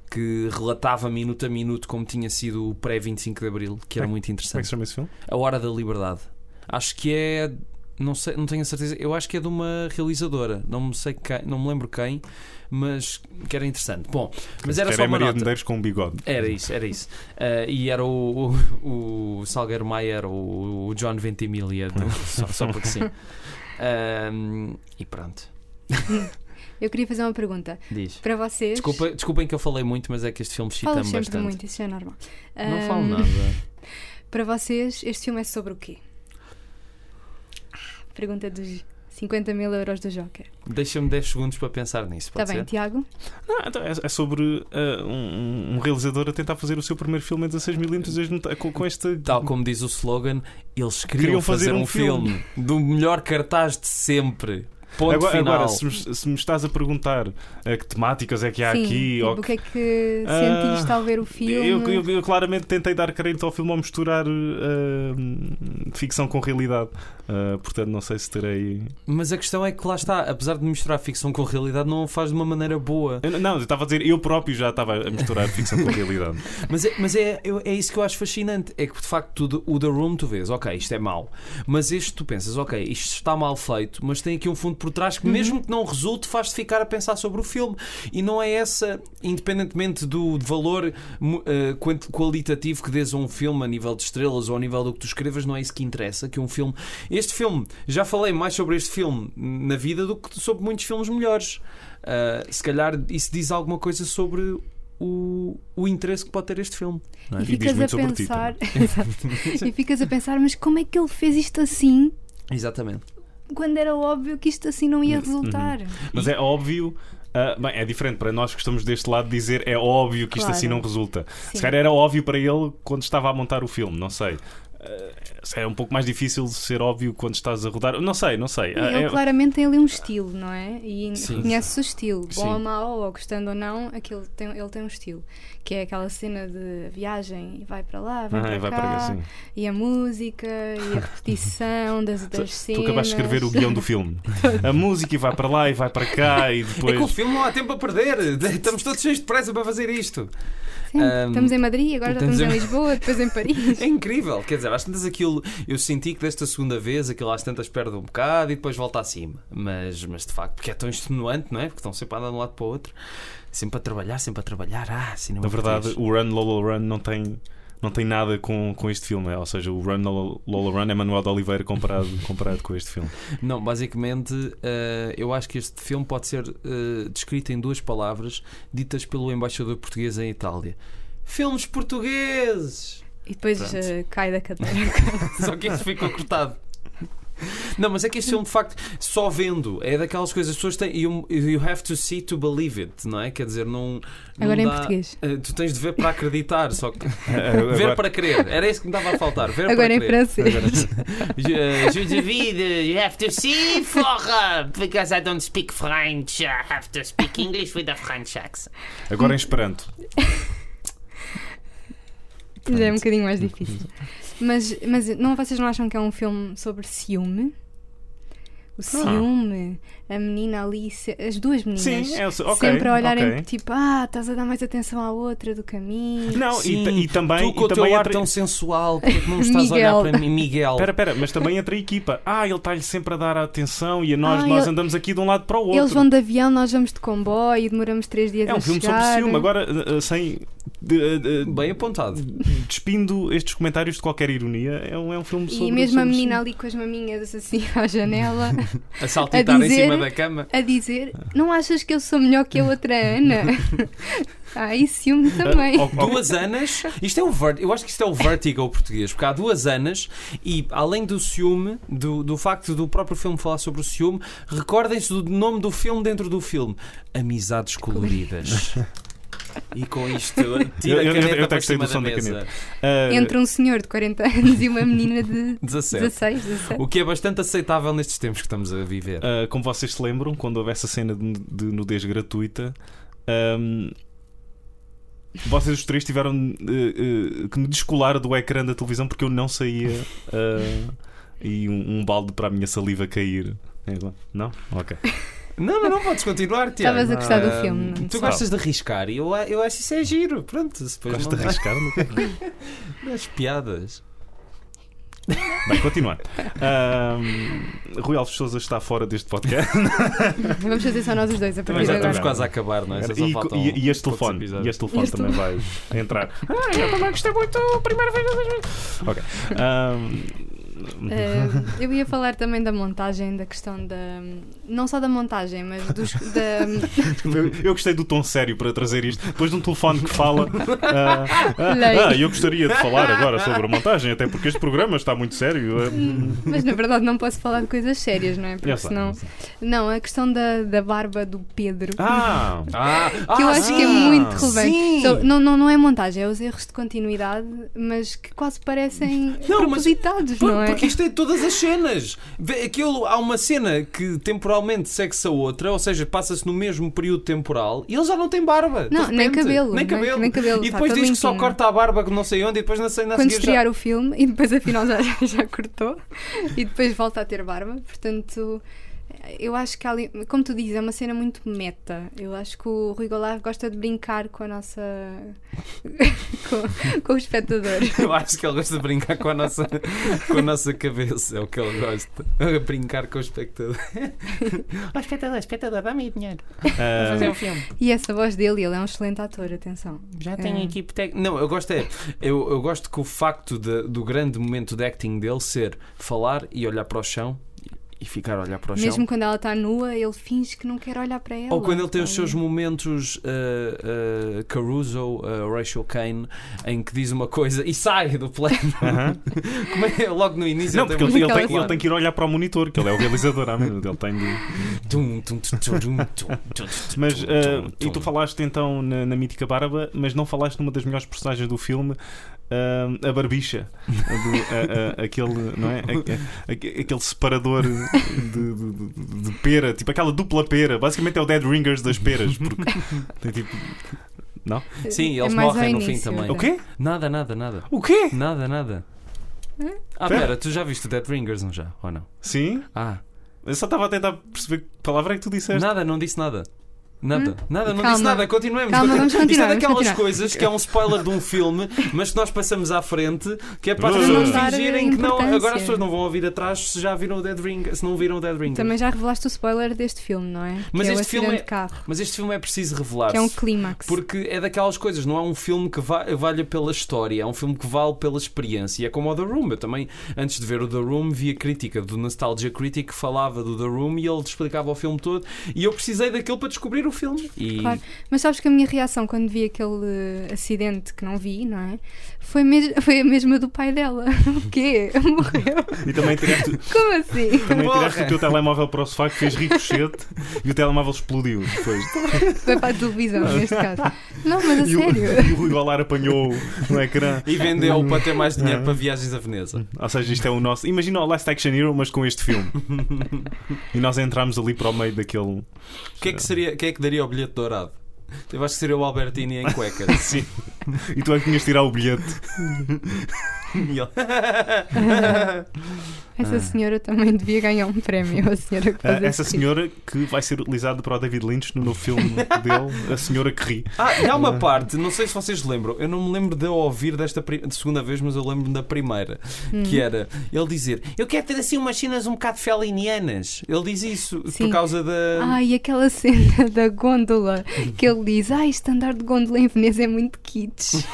que relatava minuto a minuto como tinha sido o pré-25 de Abril, que era
Como Como é
muito
que
interessante.
se chama esse filme?
A Hora da Liberdade. Acho que é. Não, sei, não tenho a certeza. Eu acho que é de uma realizadora. Não me, sei quem, não me lembro quem, mas que era interessante. Bom, mas era
Que
só uma
Maria de
nota.
Medeiros com um bigode.
Era isso, era isso. Ah, e era o, o, o Salgueiro Maier, o, o John Ventimiglia, do- só, só porque sim. Ahm, e pronto,
Eu queria fazer uma pergunta.
diz.
Para vocês.
Desculpa, desculpem que eu falei muito, mas é que este filme
Falas
excita-me bastante.
sempre muito, Ehm. isso já é normal.
Não
Ahm,
falo nada.
Para vocês, este filme é sobre o quê? Ah, Pergunta dos 50 mil euros do Joker.
Deixa-me 10 segundos para pensar nisso,
Está
pode
Tá bem,
ser?
Tiago?
Ah, então é, é sobre ah, um, um realizador a tentar fazer o seu primeiro filme em 16mm com, com este.
Tal como diz o slogan, eles queriam,
Queriam
fazer,
fazer
um
um
filme. do melhor cartaz de sempre. Ponto
agora,
final.
agora, se, me- se me estás a perguntar ah, que temáticas é que há
Sim,
aqui.
tipo,
ou
o que é que
Ah,
sentiste ao ver o filme?
Eu, eu- eu claramente tentei dar crédito ao filme ao misturar ah, ficção com realidade. Ah, portanto, não sei se terei.
Mas a questão é que lá está, apesar de misturar ficção com realidade, não o faz de uma maneira boa.
Eu- não, eu estava a dizer, eu próprio já estava a misturar ficção com realidade.
Mas, é, mas é, eu- é isso que eu acho fascinante. É que de facto tudo, o The Room tu vês, ok, isto é mau. Mas este tu pensas, ok, isto está mal feito, mas tem aqui um fundo por trás que, mesmo que não resulte, faz-te ficar a pensar sobre o filme. E não é essa, independentemente do valor mu- eh, quant- qualitativo que dês a um filme a nível de estrelas ou a nível do que tu escrevas, não é isso que interessa. Que um filme. Este filme, já falei mais sobre este filme na vida do que sobre muitos filmes melhores. Ah, se calhar isso diz alguma coisa sobre o, o interesse que pode ter este filme.
E
é? E
ficas
diz muito
a
sobre ti
pensar. Exato. e ficas a pensar, mas como é que ele fez isto assim
Exatamente.
quando era óbvio que isto assim não ia
Uhum.
resultar?
Mas é óbvio. ah, bem, é diferente para nós que estamos deste lado dizer é óbvio que isto
Claro.
assim não resulta.
Sim.
Se calhar era óbvio para ele quando estava a montar o filme, não sei. Ah, se calhar é um pouco mais difícil ser óbvio quando estás a rodar. Não sei, não sei.
E
Ah,
ele
é-
claramente tem ali um estilo, não é? E
Sim.
reconhece o estilo, bom
Sim.
ou mau, ou gostando ou não, aquilo tem, ele tem um estilo. Que é aquela cena de viagem e vai para lá, vai
Ah,
para
vai
cá,
para cá, sim.
e a música, e a repetição das, das cenas.
Tu acabaste de escrever o guião do filme. A música e vai para lá e vai para cá e
É que o
depois.
filme não há tempo a perder. De- Estamos todos cheios de pressa para fazer isto.
Sim,
Ahm,
estamos em Madrid, agora já
estamos
estamos em
em-
Lisboa, depois em Paris.
É incrível. Quer dizer, às tantas aquilo. Eu senti que desta segunda vez aquilo às tantas perde um bocado e depois volta acima. Mas, mas de facto, porque é tão extenuante, não é? Porque estão sempre a andar de um lado para o outro. Sempre a trabalhar, sempre a trabalhar. Ah, cinema
Na verdade,
português.
o Run Lola Run não tem. Não tem nada com, com este filme, É, ou seja, o Run Lola, Lola Run é Manuel de Oliveira comparado, comparado com este filme.
Não, basicamente, eh, eu acho que este filme pode ser eh, descrito em duas palavras ditas pelo embaixador português em Itália. Filmes portugueses!
E depois
Pronto.
eh, cai da cadeira.
Só que isto ficou cortado. Não, mas é que este filme, de facto, só vendo, é daquelas coisas, as pessoas têm. You, you have to see to believe it, não é? Quer dizer, não. não
Agora é em
dá-
português.
eh, tu tens de ver para acreditar, só que. Ver
Eh, Agora-
para crer, era isso que me estava a faltar. Ver
Agora
para
em
crer. Eh,
francês.
Júlio
David, you have to see for uh, because I don't speak French. I have to speak English with a French accent.
Agora em Esperanto.
Já é um bocadinho mais difícil.
Uhum.
Mas, mas não, vocês não acham que é um filme sobre ciúme?
Ah.
O ciúme, a menina ali, se- as duas meninas.
Sim, é, o- ok.
sempre a olharem
ok.
tipo, ah, estás a dar mais atenção à outra do caminho.
Não,
Sim,
e, ta- e também.
Tu com
e
o teu
também
ar
entre-
tão sensual, porque é que não me estás a olhar
Miguel.
para mim, Miguel?
Espera, espera, mas também entra a equipa. Ah, ele está-lhe sempre a dar a atenção e a nós,
Ah,
nós
ele-
andamos aqui de um lado para o outro.
Eles vão de avião, nós vamos de comboio e demoramos três dias
É
a
um filme sobre
chegar.
ciúme. Agora, eh, eh, sem. de- eh, de- de-
Bem apontado.
Despindo estes comentários de qualquer ironia, é um, é um filme sobre.
E mesmo a
sobre
menina
ciúme.
ali com as maminhas assim à janela
A saltitar
A
em
dizer-
cima da cama.
a dizer: Não achas que eu sou melhor que a outra Ana? ah, e ciúme também.
Ah, ok, ok.
Duas anas, isto é o ver- eu acho que isto é o vertigo português, porque há duas anas e além do ciúme, do, do facto do próprio filme falar sobre o ciúme, recordem-se do nome do filme dentro do filme: Amizades Coloridas. E com isto, tira
Eu- eu-
a
eu-
caneta
eu até
para
gostei
cima
do som
da
da
mesa.
Ah,
Entre um senhor de 40 anos e uma menina de
17.
16, 17.
O que é bastante aceitável nestes tempos que estamos a viver.
Uh, como vocês se lembram, quando houve essa cena de, de nudez gratuita, um, vocês os três tiveram uh, uh, que me descolar do ecrã da televisão porque eu não saía ah, uh, e um, um balde para a minha saliva cair. É igual. Não? Ok.
Não, não, não, podes continuar, Tiago.
Estavas a gostar do
Ah,
filme, não
Tu
sei.
gostas de arriscar e eu, eu acho isso é giro. Pronto, se depois
Gosto
não
de arriscar. não é?
dá- das piadas.
Bem, continuando. Ahm, Rui Alves Souza está fora deste podcast.
Vamos fazer só nós os dois a
Também
partir de
já
agora.
estamos quase a acabar, não é? Só
E,
faltam
e- e este
poucos
telefone.
episódios.
E este telefone
Este
também vai entrar. Ah, eu também gostei muito. Primeira vez. Ok. Ahm,
Ah, eu ia falar também da montagem, da questão da. Não só da montagem, mas dos, da.
Eu, eu gostei do tom sério para trazer isto. Depois de um telefone que fala. ah, ah,
Lei.
ah, eu gostaria de falar agora sobre a montagem, até porque este programa está muito sério. ah,
Mas na verdade não posso falar de coisas sérias, não é? Porque
eu sei.
senão. Não, a questão da, da barba do Pedro.
Ah!
Ah,
Que eu
ah,
acho que é
sim!
muito relevante.
Sim.
Então, não, não, não é montagem, é os erros de continuidade, mas que quase parecem
Não, mas-
propositados,
Por-
não é?
Porque isto é todas as cenas. Vê, Aquilo, há uma cena que temporalmente segue-se a outra, ou seja, passa-se no mesmo período temporal e ele já não tem barba. de
Não, nem
repente.
cabelo,
Nem
nem-
cabelo.
nem cabelo,
E
tá
depois
todo
diz que só
limpinho.
corta a barba que não sei onde e depois não sei na
Quando
Tá seguir já-
estrear o filme e depois afinal já, já cortou e depois volta a ter barba. Portanto, eu acho que há ali, como tu dizes, é uma cena muito meta. Eu acho que o Rui Goulart gosta de brincar com a nossa. com, com o espectador.
Eu acho que ele gosta de brincar com a nossa, com a nossa cabeça, é o que ele gosta. Brincar com o espectador.
Ó, espectador, espectador, dá-me aí dinheiro. Vou
ah,
fazer um filme.
E essa voz dele, ele é um excelente ator, atenção.
Já tenho
É.
aqui
Tec- Não, eu gosto é. Eu, eu gosto que o facto de- do grande momento de acting dele ser falar e olhar para o chão e- e ficar a olhar para o chão.
Mesmo quando ela está nua, ele finge que não quer olhar para ela. Então,
Ou quando ele tem os seus momentos uh, uh, Caruso, uh, Rachel Kane, em que diz uma coisa e sai do plano. Como é logo no início?
Não, porque ele, ele tem,
Aquela-
ele tem que ir olhar para o monitor, que ele é o realizador, à medida, ele tem de-
Tum, tum, tum, tum, tum, tum, tum,
Mas,
tum,
ah,
tum,
e tu
tum.
falaste então na, na mítica Barba, mas não falaste numa das melhores personagens do filme, ah, a Barbicha. A do- a- a- aquele, não é? A- a- a- aquele separador de, de- de- de pera, tipo aquela dupla pera. Basicamente é o Dead Ringers das peras, porque tem tipo.
Sim, eles
é mais ao
morrem no fim
início,
também. né?
até.
O quê?
Nada, nada, nada.
O quê?
Nada, nada.
Hum?
Ah, pera, tu já viste o Dead Ringers, não já? Ou não?
Sim?
Ah,
Eu só estava a tentar perceber que palavra é que tu disseste.
Nada, não disse nada. Nada, nada, não
Calma.
disse nada, continuemos.
Calma,
continuemos.
vamos
Isto é
continuar,
daquelas
vamos continuar.
coisas que é um spoiler de um filme, mas que nós passamos à frente, que é para as
Para
pessoas
não
dar
fingirem que não.
importância.
Agora as pessoas não vão ouvir atrás se já viram o Dead Ring, se não viram o Dead Ring.
Também já revelaste o spoiler deste filme, não é?
Mas
que é o
este filme
acidente
é-
de carro,
Mas este filme é preciso revelar-se.
que é um clímax.
Porque é daquelas coisas, não é um filme que va- valha pela história, é um filme que vale pela experiência. E é como o The Room. Eu também, antes de ver o The Room, vi a crítica do Nostalgia Critic que falava do The Room e ele explicava o filme todo. E eu precisei daquilo para descobrir o filme. E
Claro. Mas sabes que a minha reação quando vi aquele eh, acidente que não vi, não é? Foi, mes- foi a mesma do pai dela. O quê? Morreu?
E também tiraste,
Como assim?
também
Porra.
tiraste o teu telemóvel para o sofá que fez ricochete e o telemóvel explodiu depois.
Foi para a televisão, neste caso. Não, mas a
E o,
sério.
e o Rui Golar apanhou no ecrã.
E
Hum.
vendeu para ter mais dinheiro para viagens a Veneza.
Ou seja, isto é o nosso. Imagina o Last Action Hero, mas com este filme. e nós entramos ali para o meio daquele.
O que é que, seria, que é que daria o bilhete dourado? Eu acho que seria o Albertini em cuecas.
Sim. E tu é que tinhas de tirar o bilhete.
E ele-
Essa senhora também devia ganhar um prémio. A senhora que
Ah,
faz
essa
esse tipo.
senhora que vai ser utilizada para o David Lynch no novo filme dele, A Senhora que Ri.
Ah, e há
Hum.
uma parte, não sei se vocês lembram, eu não me lembro de eu ouvir desta pri- de segunda vez, mas eu lembro-me da primeira,
Hum.
que era ele dizer: Eu quero ter assim umas cenas um bocado felinianas. Ele diz isso
Sim. Ah.
por causa da.
Ai, aquela cena da gôndola que ele diz: Ai, este andar de gôndola em Veneza é muito kitsch.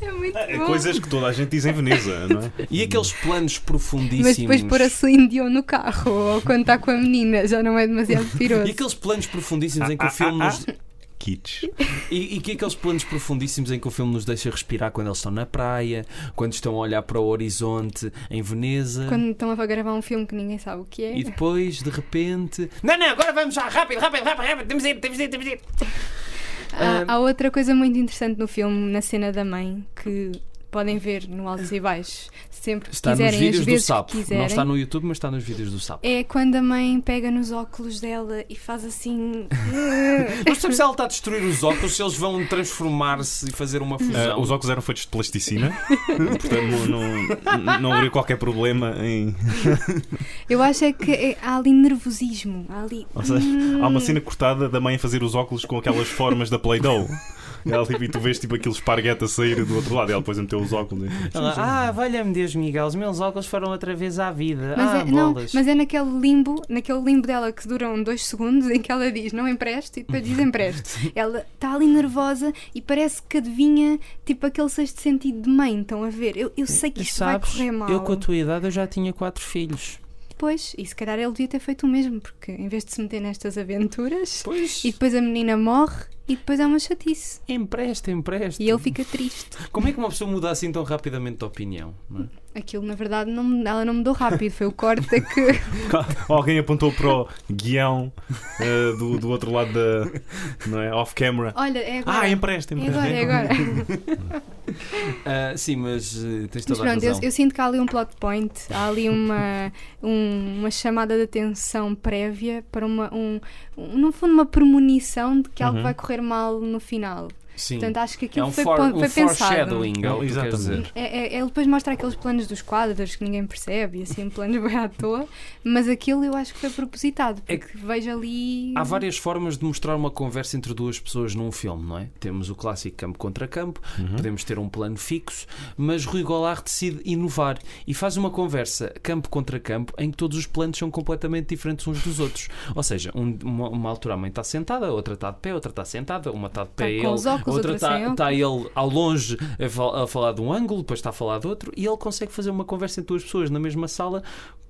É muito bom.
Coisas que toda a gente diz em Veneza, não é?
E aqueles planos
Mas
profundíssimos.
depois pôr a Celine Dion no carro ou quando está com a menina já não é demasiado
E
piroso.
aqueles planos profundíssimos em que
Ah,
o
ah,
filme
ah,
nos,
Kitsch.
E, e que aqueles planos profundíssimos em que o filme nos deixa respirar quando eles estão na praia, quando estão a olhar para o horizonte em Veneza.
Quando estão a gravar um filme que ninguém sabe o que é.
E depois, de repente.
Não, não, agora vamos já, rápido, rápido, rápido, rápido. Temos de ir, temos de ir, temos de ir.
Ah,
ah,
Há, há outra coisa muito interessante no filme, na cena da mãe, que Podem ver no Altos e Baixos, sempre que
Está nos
quiserem,
vídeos
as
do
vezes
sapo.
que
Não
quiserem.
está no YouTube, mas está nos vídeos do sapo.
É quando a mãe pega nos óculos dela e faz assim.
Não sabemos se ela está a destruir os óculos, se eles vão transformar-se e fazer uma
Ah,
fusão.
os óculos eram feitos de plasticina, portanto não, não, não havia qualquer problema em.
Eu acho é que é- há ali nervosismo. Há ali.
Ou seja, há uma cena cortada da mãe a fazer os óculos com aquelas formas da Play-Doh. Ela, tipo, e tu vês tipo aquele esparguete a sair do outro lado e ela depois a meter os óculos. né?
Ela, ah, valha-me Deus, Miguel, os meus óculos foram outra vez à vida.
Mas,
ah,
é, não,
bolas.
mas é naquele limbo, naquele limbo dela que duram dois segundos em que ela diz não empresto e depois diz empresto. ela está ali nervosa e parece que adivinha tipo aquele sexto sentido de mãe, estão a ver? Eu, eu sei é que
E
isto
sabes,
vai correr mal.
eu com a tua idade eu já tinha quatro filhos.
Pois, e se calhar ele devia ter feito o mesmo, porque em vez de se meter nestas aventuras
Pois,
e depois a menina morre e depois há uma chatice.
empresta, empresta.
E ele fica triste.
Como é que uma pessoa muda assim tão rapidamente de opinião? não é?
Aquilo, na verdade, não, me- ela não mudou rápido. Foi o corte é que.
Alguém apontou para o guião ah, do, do outro lado da. Não é? Off-camera.
Olha, é agora.
Ah, empresta,
é
empresta.
agora, é agora.
Ah, sim, mas eh, tens
Mas
toda a
pronto, eu,
razão.
eu sinto que há ali um plot point, há ali uma, um- uma chamada de atenção prévia para uma, um, um- no fundo, uma premonição de que algo
Uhum.
vai correr mal no final.
Sim.
Portanto, acho que
é
aquilo
um,
foi,
for-
pon-
um
foi pensado.
foreshadowing, é o que tu queres
Exatamente.
dizer.
É- é- ele depois mostra aqueles planos dos quadros que ninguém percebe e assim, planos bem à toa, mas aquilo eu acho que foi propositado,
É
porque vejo ali.
Há várias formas de mostrar uma conversa entre duas pessoas num filme, não é? Temos o clássico campo contra campo, podemos ter um plano fixo, mas Rui Goulart decide inovar e faz uma conversa campo contra campo em que todos os planos são completamente diferentes uns dos outros. Ou seja, um- uma, uma altura a mãe está sentada, outra está de pé, outra está sentada, uma está de pé
Está
ele,
com os óculos,
outra
outra sem
está,
óculos.
está ele ao longe a, fal- a falar de um ângulo, depois está a falar de outro, e ele consegue fazer uma conversa entre duas pessoas na mesma sala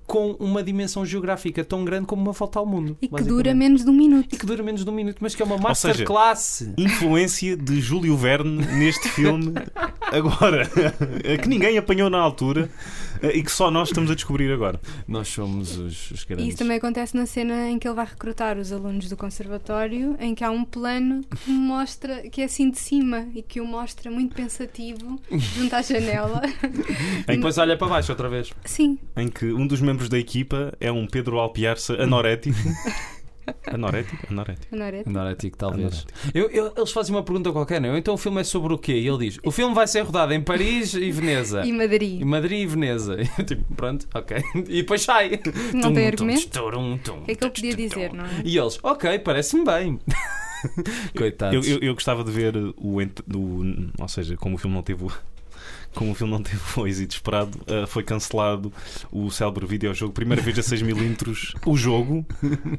com uma dimensão geográfica tão grande como uma volta ao mundo.
E que
basicamente
dura menos de um minuto.
que dura menos de um minuto, mas que é uma
seja,
masterclass.
Influência de Júlio Verne neste filme, agora, eh, que ninguém apanhou na altura ah, e que só nós estamos a descobrir agora.
Nós somos os, os
E isso também acontece na cena em que ele vai recrutar os alunos do conservatório, em que há um plano que mostra que é assim de cima e que o mostra muito pensativo junto à janela.
E depois olha para baixo outra vez.
Sim,
em que um dos membros da equipa é um Pedro Alpiarça anorético. anorético? Anorético.
não era?
Anorético, talvez. Eu- eu- eles fazem uma pergunta qualquer, não? é? Então o filme é sobre o quê? E ele diz: O filme vai ser rodado em Paris e Veneza.
E
Em
Madrid.
Madrid e Veneza. E eu, tipo, pronto, ok. E depois sai.
Não
Tum,
tem
tum,
argumento?
turum, tum,
O que é que ele podia
tum, tum.
dizer, não é?
E eles: Ok, parece-me bem.
Eu,
Coitados.
eu, eu gostava de ver o, ent- do- ou seja, como o filme não teve o, como o filme não teve o êxito esperado, ah, foi cancelado o célebre videojogo, primeira vez a 6mm o jogo.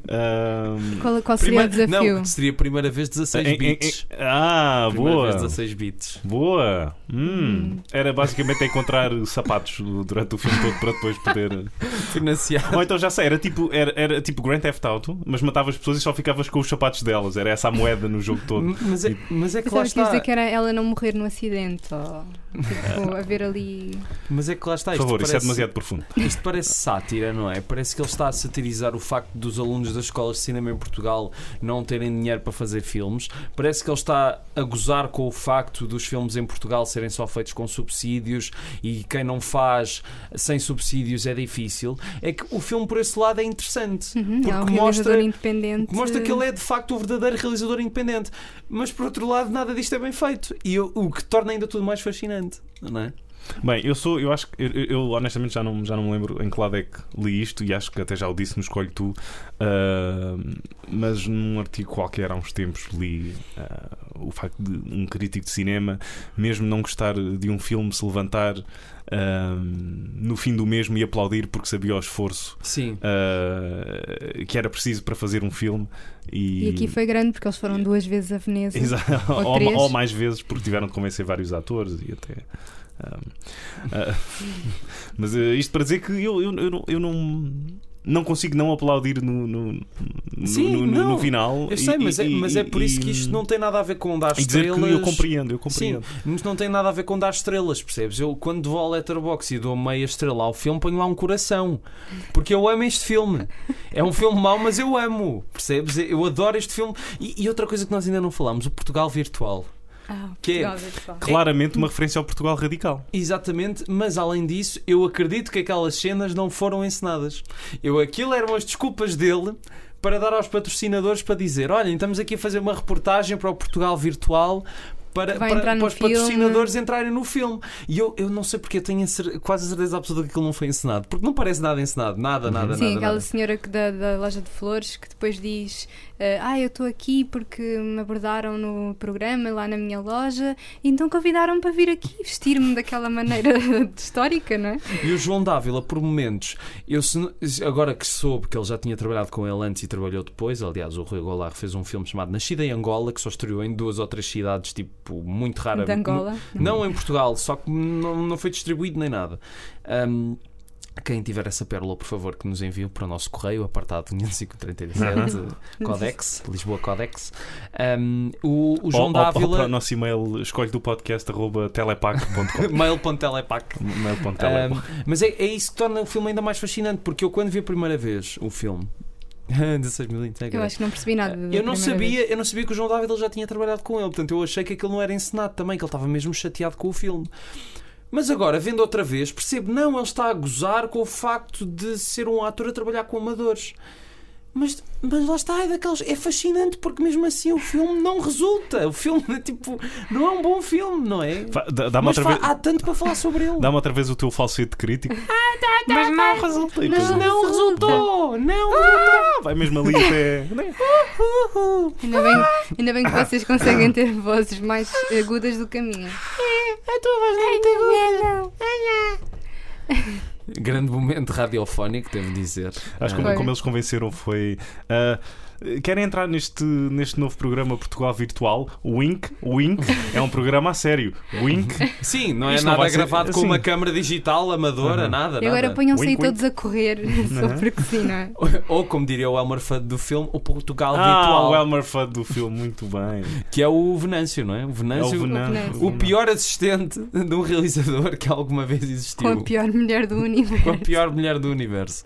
Ah,
Qual, qual seria o
Primeiro-
desafio?
Não, seria a primeira vez 16
em- em- em-
bits.
ah,
Primeira
boa.
vez 16 bits.
Boa! Hum. Era basicamente encontrar sapatos durante o filme todo para depois poder
Financiar.
Ou então já sei, era tipo, era, era tipo Grand Theft Auto, mas matavas pessoas e só ficavas com os sapatos delas. Era essa a moeda no jogo todo.
Mas é, mas é que lá
Pensava que ias
está.
dizer que era ela não morrer num acidente ou tipo, haver ali.
Mas é que lá está.
Por
Isto
favor, isso é
parece-
demasiado profundo.
Isto parece sátira, não é? Parece que ele está a satirizar o facto dos alunos das escolas de cinema em Portugal não terem dinheiro para fazer filmes. Parece que ele está a gozar com o facto dos filmes em Portugal serem só feitos com subsídios e quem não faz sem subsídios é difícil. É que o filme, por esse lado, é interessante.
Uhum, há um
porque
realizador
mostra.
independente.
que Mostra que ele é de facto o verdadeiro realizador independente, mas por outro lado, nada disto é bem feito, e o, o que torna ainda tudo mais fascinante, não é?
Bem, eu sou, eu acho que eu, eu- eu honestamente já não, já não me lembro em que lado é que li isto e acho que até já o disse no Escolho Tu, ah, mas num artigo qualquer há uns tempos li ah, o facto de um crítico de cinema, mesmo não gostar de um filme, se levantar ah, no fim do mesmo e aplaudir porque sabia o esforço
Sim.
uh, que era preciso para fazer um filme e,
E aqui foi grande porque eles foram duas vezes a Veneza.
Exato.
Ou
ou,
três.
ou mais vezes porque tiveram de convencer vários atores e até um, ah, mas eh, isto para dizer que eu, eu, eu não, eu não não consigo não aplaudir no, no, no-
Sim,
no- no-
não.
no final
Eu sei,
e-
mas, é,
e-
mas é
e-
por isso que isto não tem nada a ver com dar
e dizer
estrelas.
que eu compreendo eu
Sim,
compreendo
mas não tem nada a ver com dar estrelas, percebes? Eu, quando vou ao Letterboxd e dou meia estrela ao filme, ponho lá um coração. Porque eu amo este filme. É um filme mau, mas eu amo, percebes? Eu adoro este filme. E, e outra coisa que nós ainda não falámos, o Portugal virtual.
Ah,
Que é-
Portugal, Portugal.
Claramente uma referência ao Portugal radical.
Exatamente, mas além disso, eu acredito que aquelas cenas não foram encenadas. Eu, aquilo eram as desculpas dele para dar aos patrocinadores para dizer: olhem, estamos aqui a fazer uma reportagem para o Portugal Virtual. Para,
Que vai
para,
entrar no
para os
filme."
patrocinadores entrarem no filme. E eu, eu não sei porque eu tenho a cer- quase a certeza absoluta que aquilo não foi encenado. Porque não parece nada encenado. Nada, nada,
Uhum. Sim,
nada.
aquela
nada.
senhora que da, da loja de flores que depois diz: eh, Ah, eu estou aqui porque me abordaram no programa lá na minha loja, e então convidaram-me para vir aqui vestir-me daquela maneira histórica, não é?
E o João Dávila, por momentos, eu se não- agora que soube que ele já tinha trabalhado com ele antes e trabalhou depois, aliás, o Rui Goulart fez um filme chamado Nascida em Angola, que só estreou em duas ou três cidades, tipo, muito rara.
De Angola.
Não em Portugal, só que não, não foi distribuído nem nada. Ahm, quem tiver essa pérola, por favor, que nos envie para o nosso correio, apartado 537,
Uhum.
Codex, Lisboa Codex. Ahm, o, o
Ou-
João
ou- ou para o
Dávila,
nosso e-mail escolhe do podcast arroba telepac.com.
mail.telepac.
mail.telepac.
Ahm, mas é, é isso que torna o filme ainda mais fascinante, porque eu quando vi a primeira vez o filme 16 mil
Eu acho que não percebi nada. da
eu não
primeira
sabia, eu não sabia que o João Dávila já tinha trabalhado com ele, portanto eu achei que aquilo não era encenado também, que ele estava mesmo chateado com o filme. Mas agora, vendo outra vez, percebo, não, ele está a gozar com o facto de ser um ator a trabalhar com amadores. Mas, mas lá está, é daqueles. É fascinante porque mesmo assim o filme não resulta. O filme, tipo, não é um bom filme, não é?
Fa- dá- Dá-me
Mas
outra,
fa-
vez-
há tanto para falar sobre ele.
dá-me outra vez o teu falsete crítico. Mas não resulta. E
Não.
depois-
Não resultou! Não
Ah, vai mesmo ali até. né?
resultou!
vez. Ainda bem, ainda bem que vocês conseguem ter vozes mais agudas do que a minha.
A tua voz não Grande momento radiofónico, devo dizer.
Acho que
Foi.
como, como eles convenceram foi. ah, Querem entrar neste, neste novo programa Portugal Virtual? Wink, Wink, é um programa a sério. Wink,
Sim, não é
Isto não
nada
vai ser-
gravado com
sim.
uma câmara digital amadora,
Uhum.
nada.
E agora
nada. Uhum.
ponham-se aí
Wink,
todos a correr, só porque sim, não é?
Ou, como diria o Elmer Fudd do filme, o Portugal
ah,
Virtual,
o Elmer Fudd do filme, muito bem.
que é o Venâncio, não é? O
É o
Venâncio,
Venâncio.
Venâncio.
o pior assistente de um realizador que alguma vez
Com
existiu.
a pior mulher do universo.
Com a pior mulher do universo.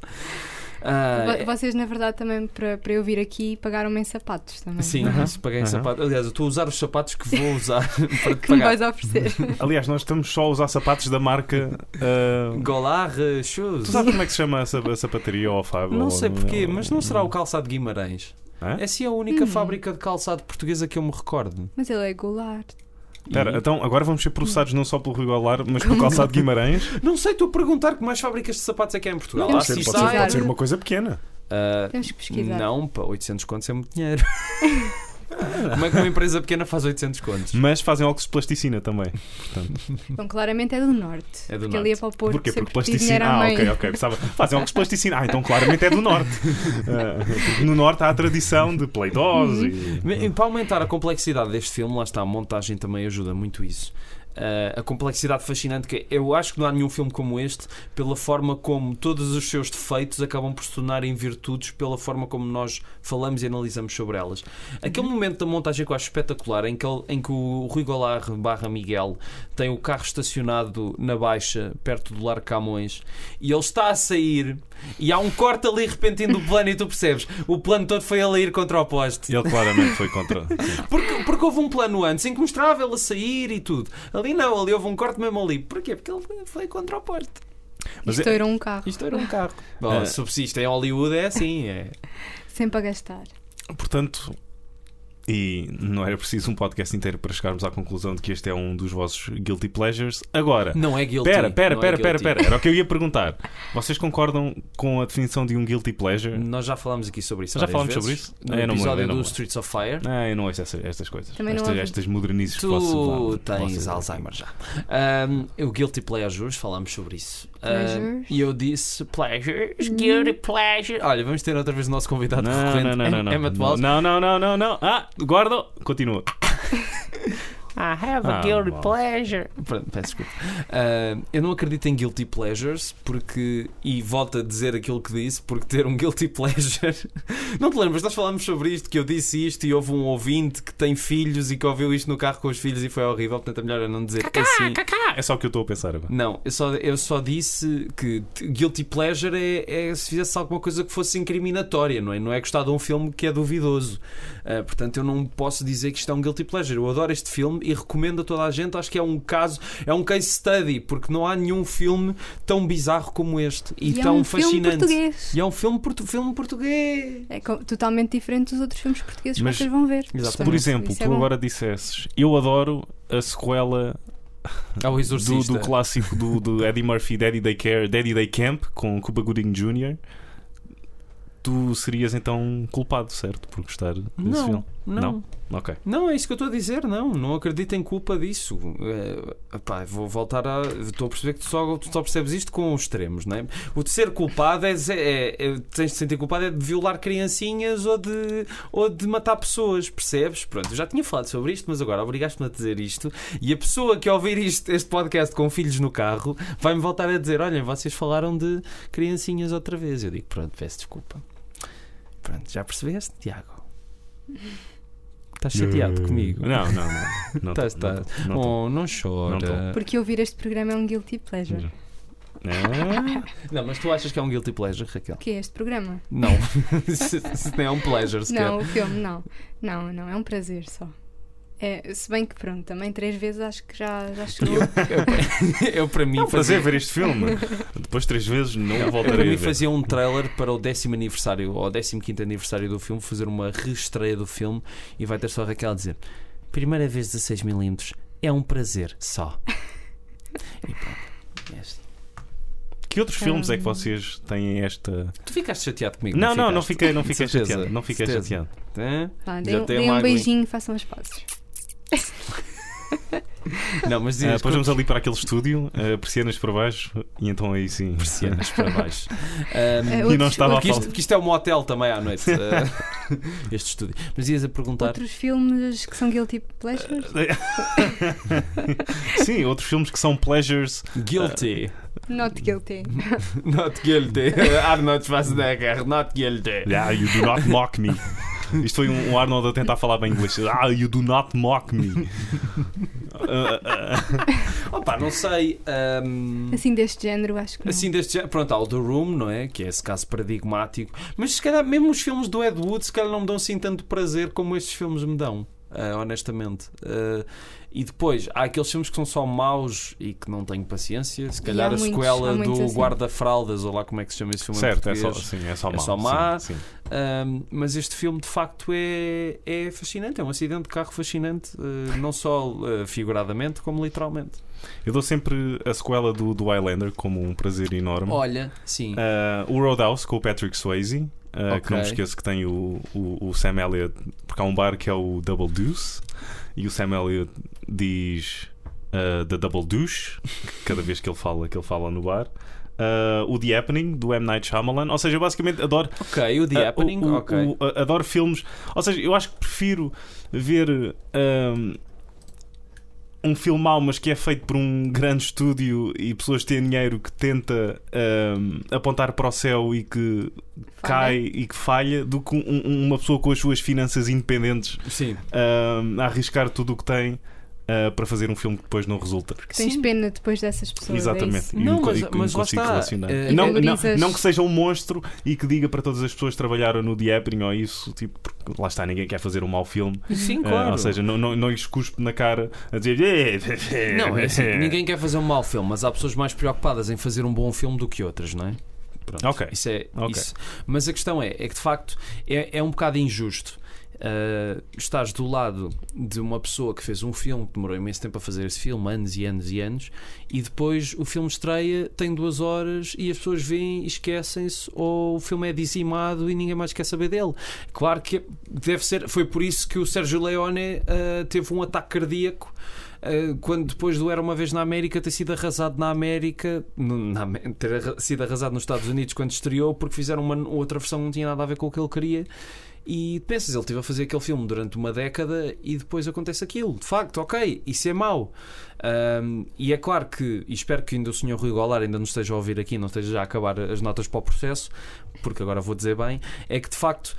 Ah,
Vo- Vocês, na verdade, também para, para eu vir aqui pagaram-me em sapatos também.
Sim,
Aham.
isso paguei em
Aham.
sapatos. Aliás, eu estou a usar os sapatos que vou usar para te
Que me
pagar.
vais oferecer.
Aliás, nós estamos só a usar sapatos da marca. ah,
Golar, eh, shoes.
tu sabes como é que se chama a sa- a sapataria ou a Fábio?
Não
ou-
sei porquê, mas não será o calçado de Guimarães.
Hã?
Essa é a única
Hum.
fábrica de calçado portuguesa que eu me recordo.
Mas ele é gular.
Espera,
E-
então agora vamos ser processados não só pelo Rui Goulart, mas pelo calçado de Guimarães.
Não sei, estou a perguntar que mais fábricas de sapatos é que há em Portugal.
Não
Há
Pode ser- pode,
sim,
ser,
Sisai.
pode ser uma coisa pequena.
Ah,
Temos que pesquisar.
não, pá, 800 contos é muito dinheiro. Como é que uma empresa pequena faz 800 contos?
Mas fazem óculos de plasticina também.
Então, claramente é do norte.
É do
porque ele ia
norte.
para o Porto.
Porquê?
sempre
Porque
pedi dinheiro
plasticina.
à
Ah,
mãe.
ok, ok. Precisava... Fazem óculos de plasticina. Ah, então claramente é do norte. Ah, porque no norte há a tradição de pleidós e.
Uhum.
Me- Para aumentar a complexidade deste filme, lá está, a montagem também ajuda muito isso. Ah, a complexidade fascinante que é, eu acho que não há nenhum filme como este, pela forma como todos os seus defeitos acabam por se tornarem virtudes, pela forma como nós falamos e analisamos sobre elas. Aquele momento da montagem que eu acho espetacular, em que, ele- em que o Rui Goulart barra Miguel tem o carro estacionado na baixa, perto do Lar Camões, e ele está a sair, e há um corte ali repentino do plano, e tu percebes, o plano todo foi ele a ir contra o poste.
Ele claramente foi contra.
Porque, porque houve um plano antes em que mostrava ele a sair e tudo. Ali não, ali houve um corte mesmo ali. Porquê? Porque ele foi contra o porte.
Mas
Isto
é-
era um carro,
Isto era um carro. Bom,
Ah.
subsiste em Hollywood é assim. É.
sempre a gastar.
Portanto, e não era preciso um podcast inteiro para chegarmos à conclusão de que este é um dos vossos guilty pleasures. Agora,
Não é guilty.
pera, pera,
não é
pera, pera,
guilty.
pera, era o que eu ia perguntar. Vocês concordam com a definição de um guilty pleasure?
Nós já falámos aqui sobre isso.
Já
várias
falámos sobre
vezes,
isso? Eu
No
não me lembro,
episódio
eu não
do
me lembro.
Streets of Fire.
Ah, eu não ouço essas, estas coisas.
Também não
estas,
ouvi.
estas modernices que vocês
Tu
levam-
tens
vocês-
Alzheimer já. Ahm, o Guilty Pleasures, falámos sobre isso. Ahm,
Pleasures?
E eu disse Pleasures, Guilty Pleasure. Olha, vamos ter outra vez o nosso convidado
Não,
recorrente,
não, não, não, não.
Emmett Walsh.
Não, não, não, não, não. Ah, guardo. Continua.
I have a
Ah,
guilty
bom.
pleasure.
Pronto, peço desculpa. Ah, eu não acredito em guilty pleasures porque. E volto a dizer aquilo que disse, porque ter um guilty pleasure. Não te lembras, nós falámos sobre isto, que eu disse isto e houve um ouvinte que tem filhos e que ouviu isto no carro com os filhos e foi horrível, portanto é melhor eu não dizer assim.
É só o que eu estou a pensar agora.
Não, eu só, eu só disse que t- guilty pleasure é, é se fizesse alguma coisa que fosse incriminatória, não é? Não é gostar de um filme que é duvidoso. Ah, portanto, eu não posso dizer que isto é um guilty pleasure. Eu adoro este filme, e recomendo a toda a gente. Acho que é um caso, é um case study, porque não há nenhum filme tão bizarro como este e,
E é
tão
um filme
fascinante.
português.
e é um filme, portu- filme português.
É co- totalmente diferente dos outros filmes portugueses
Mas-
que vocês vão ver.
Exatamente.
Por
Portanto,
exemplo,
isso
tu
é bom.
agora dissesses, eu adoro a sequela
É o
do, do clássico do, do Eddie Murphy, Daddy Day Care, Daddy Day Camp, com Cuba Gooding Jr. Tu serias então culpado, certo? Por gostar desse filme.
Não, não,
Não? Ok.
Não, é isso que eu estou a dizer, não. Não acredito em culpa disso. Eh, epá, vou voltar a. Estou a perceber que tu só, tu só percebes isto com os extremos, não é? O de ser culpado é, é- é- Tens de sentir culpado é de violar criancinhas ou de, ou de matar pessoas, percebes? Pronto, eu já tinha falado sobre isto, mas agora obrigaste-me a dizer isto. E a pessoa que ouvir isto, este podcast com filhos no carro vai-me voltar a dizer: olhem, vocês falaram de criancinhas outra vez. Eu digo: pronto, peço desculpa. Pronto, já percebeste, Tiago? Estás chateado comigo?
Não, não, não. Não
Estás,
tô- não
estás.
tô- eh, não tô.
Oh, não chora.
Porque ouvir este programa é um guilty pleasure.
Ah,
Não, mas tu achas que é um guilty pleasure, Raquel?
O que é este programa?
Não. Se- se não é um pleasure sequer.
Não, o filme, não. Não, não, é um prazer só. É, se bem que pronto, também três vezes acho que já, já chegou.
Eu, eu para mim
É um
fazia-
prazer ver este filme. Depois de três vezes não
Eu é. para
voltarei
mim
a ver.
fazia um trailer para o décimo aniversário ou décimo quinto aniversário do filme, fazer uma reestreia do filme e vai ter só a Raquel a dizer primeira vez 16mm é um prazer só. E pronto. é assim.
Que outros filmes é que
Ah.
vocês têm esta.
Tu ficaste chateado comigo?
Não, não, não
ficaste?
fiquei, não fiquei
Certeza.
chateado. Não fiquei
Certeza.
chateado.
Hã?
Vá,
Já
deem
tem
deem
uma
um
aguinha.
beijinho, façam as pazes.
Não, mas
Ah,
diz,
depois vamos ali para aquele estúdio, ah, persianas para baixo, e então aí sim.
persianas para baixo.
É,
Ahm,
E não
outros,
estava a
que, isto,
falar.
que isto é um hotel também à noite. eh, este estúdio. Mas ias a perguntar.
outros filmes que são guilty pleasures?
Sim, outros filmes que são pleasures.
Guilty.
Not guilty.
Uhum. Not guilty. Arnold Schwarzenegger. Not guilty.
Ah, you do not mock me. Isto foi um um Arnold a tentar falar bem inglês. Ah, you do not mock me. Ah, ah, ah.
Opa, não sei. ahm,
Assim deste género, acho que não.
Assim deste género, pronto, há o The Room, não é? Que é esse caso paradigmático. Mas se calhar mesmo os filmes do Ed Wood, se calhar não me dão assim tanto prazer como estes filmes me dão, ah, honestamente. Ah, e depois, há aqueles filmes que são só maus e que não tenho paciência. Se calhar a
muitos,
sequela
há muitos
do
assim.
Guarda-Fraldas, ou lá como é que se chama esse filme em
certo, é só,
português.
sim, é só
É
má.
só má.
Sim, sim.
Ahm, mas este filme de facto é, é fascinante, é um acidente de carro fascinante, eh, não só eh, figuradamente como literalmente.
Eu dou sempre a sequela do, do Highlander como um prazer enorme.
Olha, sim.
Ah, o Roadhouse com o Patrick Swayze. ah, Que
Ok.
não me esqueço que tem o, o, o Sam Elliott, porque há um bar que é o Double Deuce, e o Sam Elliott diz ah, The Double Douche, cada vez que ele fala, que ele fala no bar. Ah, o The Happening, do M. Night Shyamalan. Ou seja, eu basicamente adoro
ok, o The
Ah,
Happening,
o- o-
ok.
o- a- adoro filmes. Ou seja, eu acho que prefiro ver ahm, um, filme mau, mas que é feito por um grande estúdio e pessoas que têm dinheiro que tenta ahm, apontar para o céu e que cai e que falha, do que um- um- uma pessoa com as suas finanças independentes
Sim,
ahm, a arriscar tudo o que tem. ah, para fazer um filme que depois não resulta.
Tens pena depois dessas pessoas. É
Exatamente.
isso?
E
Não,
co-
mas-
e que
mas lá
consigo
está,
relacionar.
eh,
não, não,
valorizas-
não que seja um monstro e que diga para todas as pessoas que trabalharam no The Happening ou isso, tipo, porque lá está, ninguém quer fazer um mau filme.
sim,
Eh,
claro.
ou seja, não, não, não lhes cuspe na cara a dizer. "Eh,
não, é assim, ninguém quer fazer um mau filme, mas há pessoas mais preocupadas em fazer um bom filme do que outras, não é? Pronto.
Ok.
Isso é,
Ok.
isso. Mas a questão é, é que de facto é, é um bocado injusto. Ah, estás do lado de uma pessoa que fez um filme que demorou imenso tempo a fazer esse filme, anos e anos e anos, e depois o filme estreia, tem duas horas e as pessoas veem e esquecem-se, ou o filme é dizimado e ninguém mais quer saber dele. Claro que deve ser, foi por isso que o Sérgio Leone ah, teve um ataque cardíaco. ah, quando depois do Era Uma Vez na América ter sido arrasado na América, no- na Amé- ter arra- sido arrasado nos Estados Unidos quando estreou, porque fizeram uma outra versão que não tinha nada a ver com o que ele queria, e pensas, ele estive a fazer aquele filme durante uma década e depois acontece aquilo. De facto, ok, isso é mau. Ahm, e é claro que, e espero que ainda o Sr. Rui Golar ainda nos esteja a ouvir aqui, não esteja já a acabar as notas para o processo, porque agora vou dizer bem, é que de facto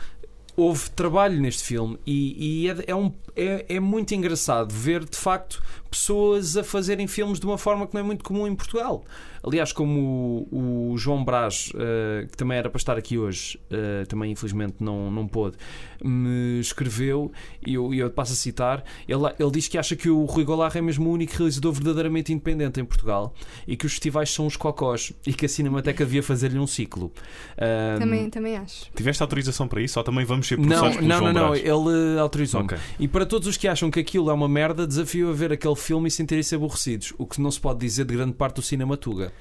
houve trabalho neste filme e, e é, é um, é, é muito engraçado ver de facto pessoas a fazerem filmes de uma forma que não é muito comum em Portugal. Aliás, como o, o João Brás, eh, que também era para estar aqui hoje, eh, também infelizmente não, não pôde, me escreveu e eu, e eu passo a citar. Ele, ele diz que acha que o Rui Goulart é mesmo o único realizador verdadeiramente independente em Portugal e que os festivais são os cocós e que a Cinemateca devia fazer-lhe um ciclo. Ah,
Também, também acho.
Tiveste autorização para isso ou também vamos ser
não,
processados pelo
não,
João
não, não,
Brás?
ele eh, autorizou-me.
Ok.
E para todos os que acham que aquilo é uma merda, desafio a ver aquele filme e sentirem-se aborrecidos, o que não se pode dizer de grande parte do cinema Tuga.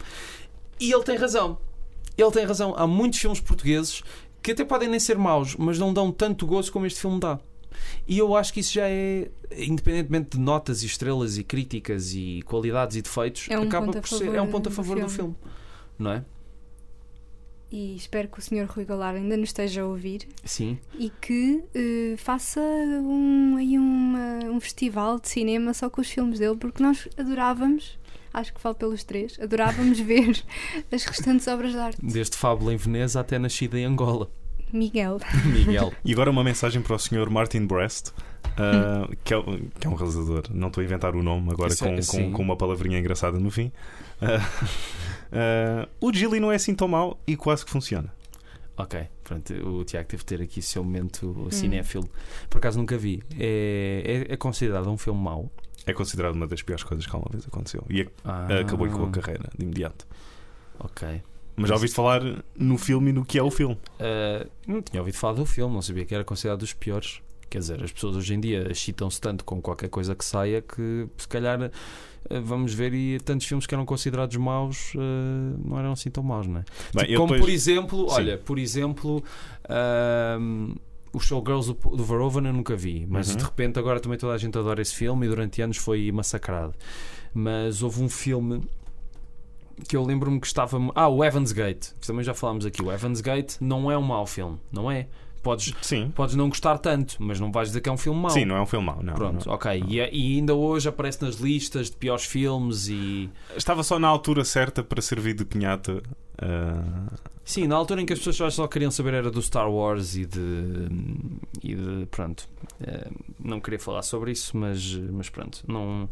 E ele tem razão. Ele tem razão. Há muitos filmes portugueses que até podem nem ser maus, mas não dão tanto gozo como este filme dá. E eu acho que isso já é, independentemente de notas e estrelas e críticas e qualidades e defeitos,
É um
acaba
ponto a
por ser
favor
é um ponto a
do
favor do filme.
filme.
Não é?
E espero que o Sr. Rui Goulart ainda nos esteja a ouvir
Sim.
e que eh, faça um, aí uma, um festival de cinema só com os filmes dele, porque nós adorávamos, acho que falo pelos três, adorávamos ver as restantes obras de arte.
Desde Fábula em Veneza até Nascida em Angola.
Miguel.
Miguel.
E agora uma mensagem para o Sr. Martin Brest, ah, que, é, o- que é um realizador. Não estou a inventar o nome agora
Hum. Isso é-
com,
sim.
com, com uma palavrinha engraçada no fim. Ah, ah, o Gilly não é assim tão mau e quase que funciona.
Ok, pronto, o Tiago teve de ter aqui o seu momento cinéfilo. Por acaso nunca vi. É, é- é considerado um filme mau.
É considerado uma das piores coisas que alguma vez aconteceu. E ac-
Ah,
acabou com a carreira de imediato.
Ok.
Mas já ouviste falar no filme e no que é o filme.
Ah, não tinha ouvido falar do filme, não sabia que era considerado dos piores. Quer dizer, as pessoas hoje em dia excitam-se tanto com qualquer coisa que saia que se calhar ah, vamos ver e tantos filmes que eram considerados maus ah, não eram assim tão maus, não é?
Bem,
Tipo,
eu
como
depois-
por exemplo,
Sim.
olha, por exemplo, ahm, o Showgirls do, do Verhoeven eu nunca vi, mas
Uhum.
de repente agora também toda a gente adora esse filme e durante anos foi massacrado. Mas houve um filme que eu lembro-me que estava. Ah, o Evans Gate, que também já falámos aqui. O Evans Gate não é um mau filme, não é? Podes,
Sim.
podes não gostar tanto, mas não vais dizer que é um filme mau.
Sim, não é um filme mau. Não,
Pronto,
não.
ok. E, é, e ainda hoje aparece nas listas de piores filmes e.
Estava só na altura certa para servir de pinhata. ah,
Sim, na altura em que as pessoas só- só queriam saber era do Star Wars e de. e de. pronto. eh, não queria falar sobre isso, mas, mas pronto. Não,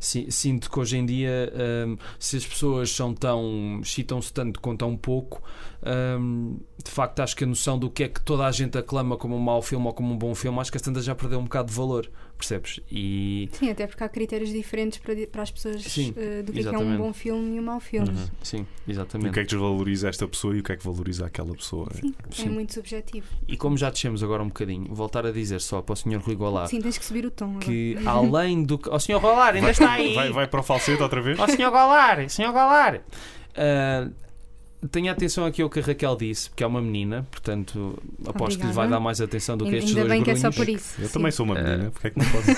si- sinto que hoje em dia, ehm, se as pessoas são tão. citam-se tanto com tão pouco, ehm, de facto acho que a noção do que é que toda a gente aclama como um mau filme ou como um bom filme, acho que a Santa já perdeu um bocado de valor, percebes? E.
Sim, até porque há critérios diferentes para, di- para as pessoas
Sim,
eh, do que é, que é um
exatamente. Uhum.
bom filme e um mau filme.
Sim,
e o
exatamente.
que é que desvaloriza esta pessoa e o que é que valoriza aquela pessoa.
Sim,
Sim.
é muito subjetivo.
E como já descemos agora um bocadinho, voltar a dizer só para o Sr. Rui Goulart.
Sim, tens que subir o tom.
que além do que. Oh, senhor Rolar, ainda
Ainda está aí.
Vai, vai para o falsete outra vez?
Ó, senhor Golar, senhor Golar.
Ah, tenha atenção aqui ao que a Raquel disse, porque é uma menina, portanto, aposto que lhe vai
Obrigada.
dar mais atenção do que
Ainda
estes
ainda
dois
bem que é só
grunhos.
por isso.
Eu
sim.
também sou uma
Eh.
menina, porque é que não posso?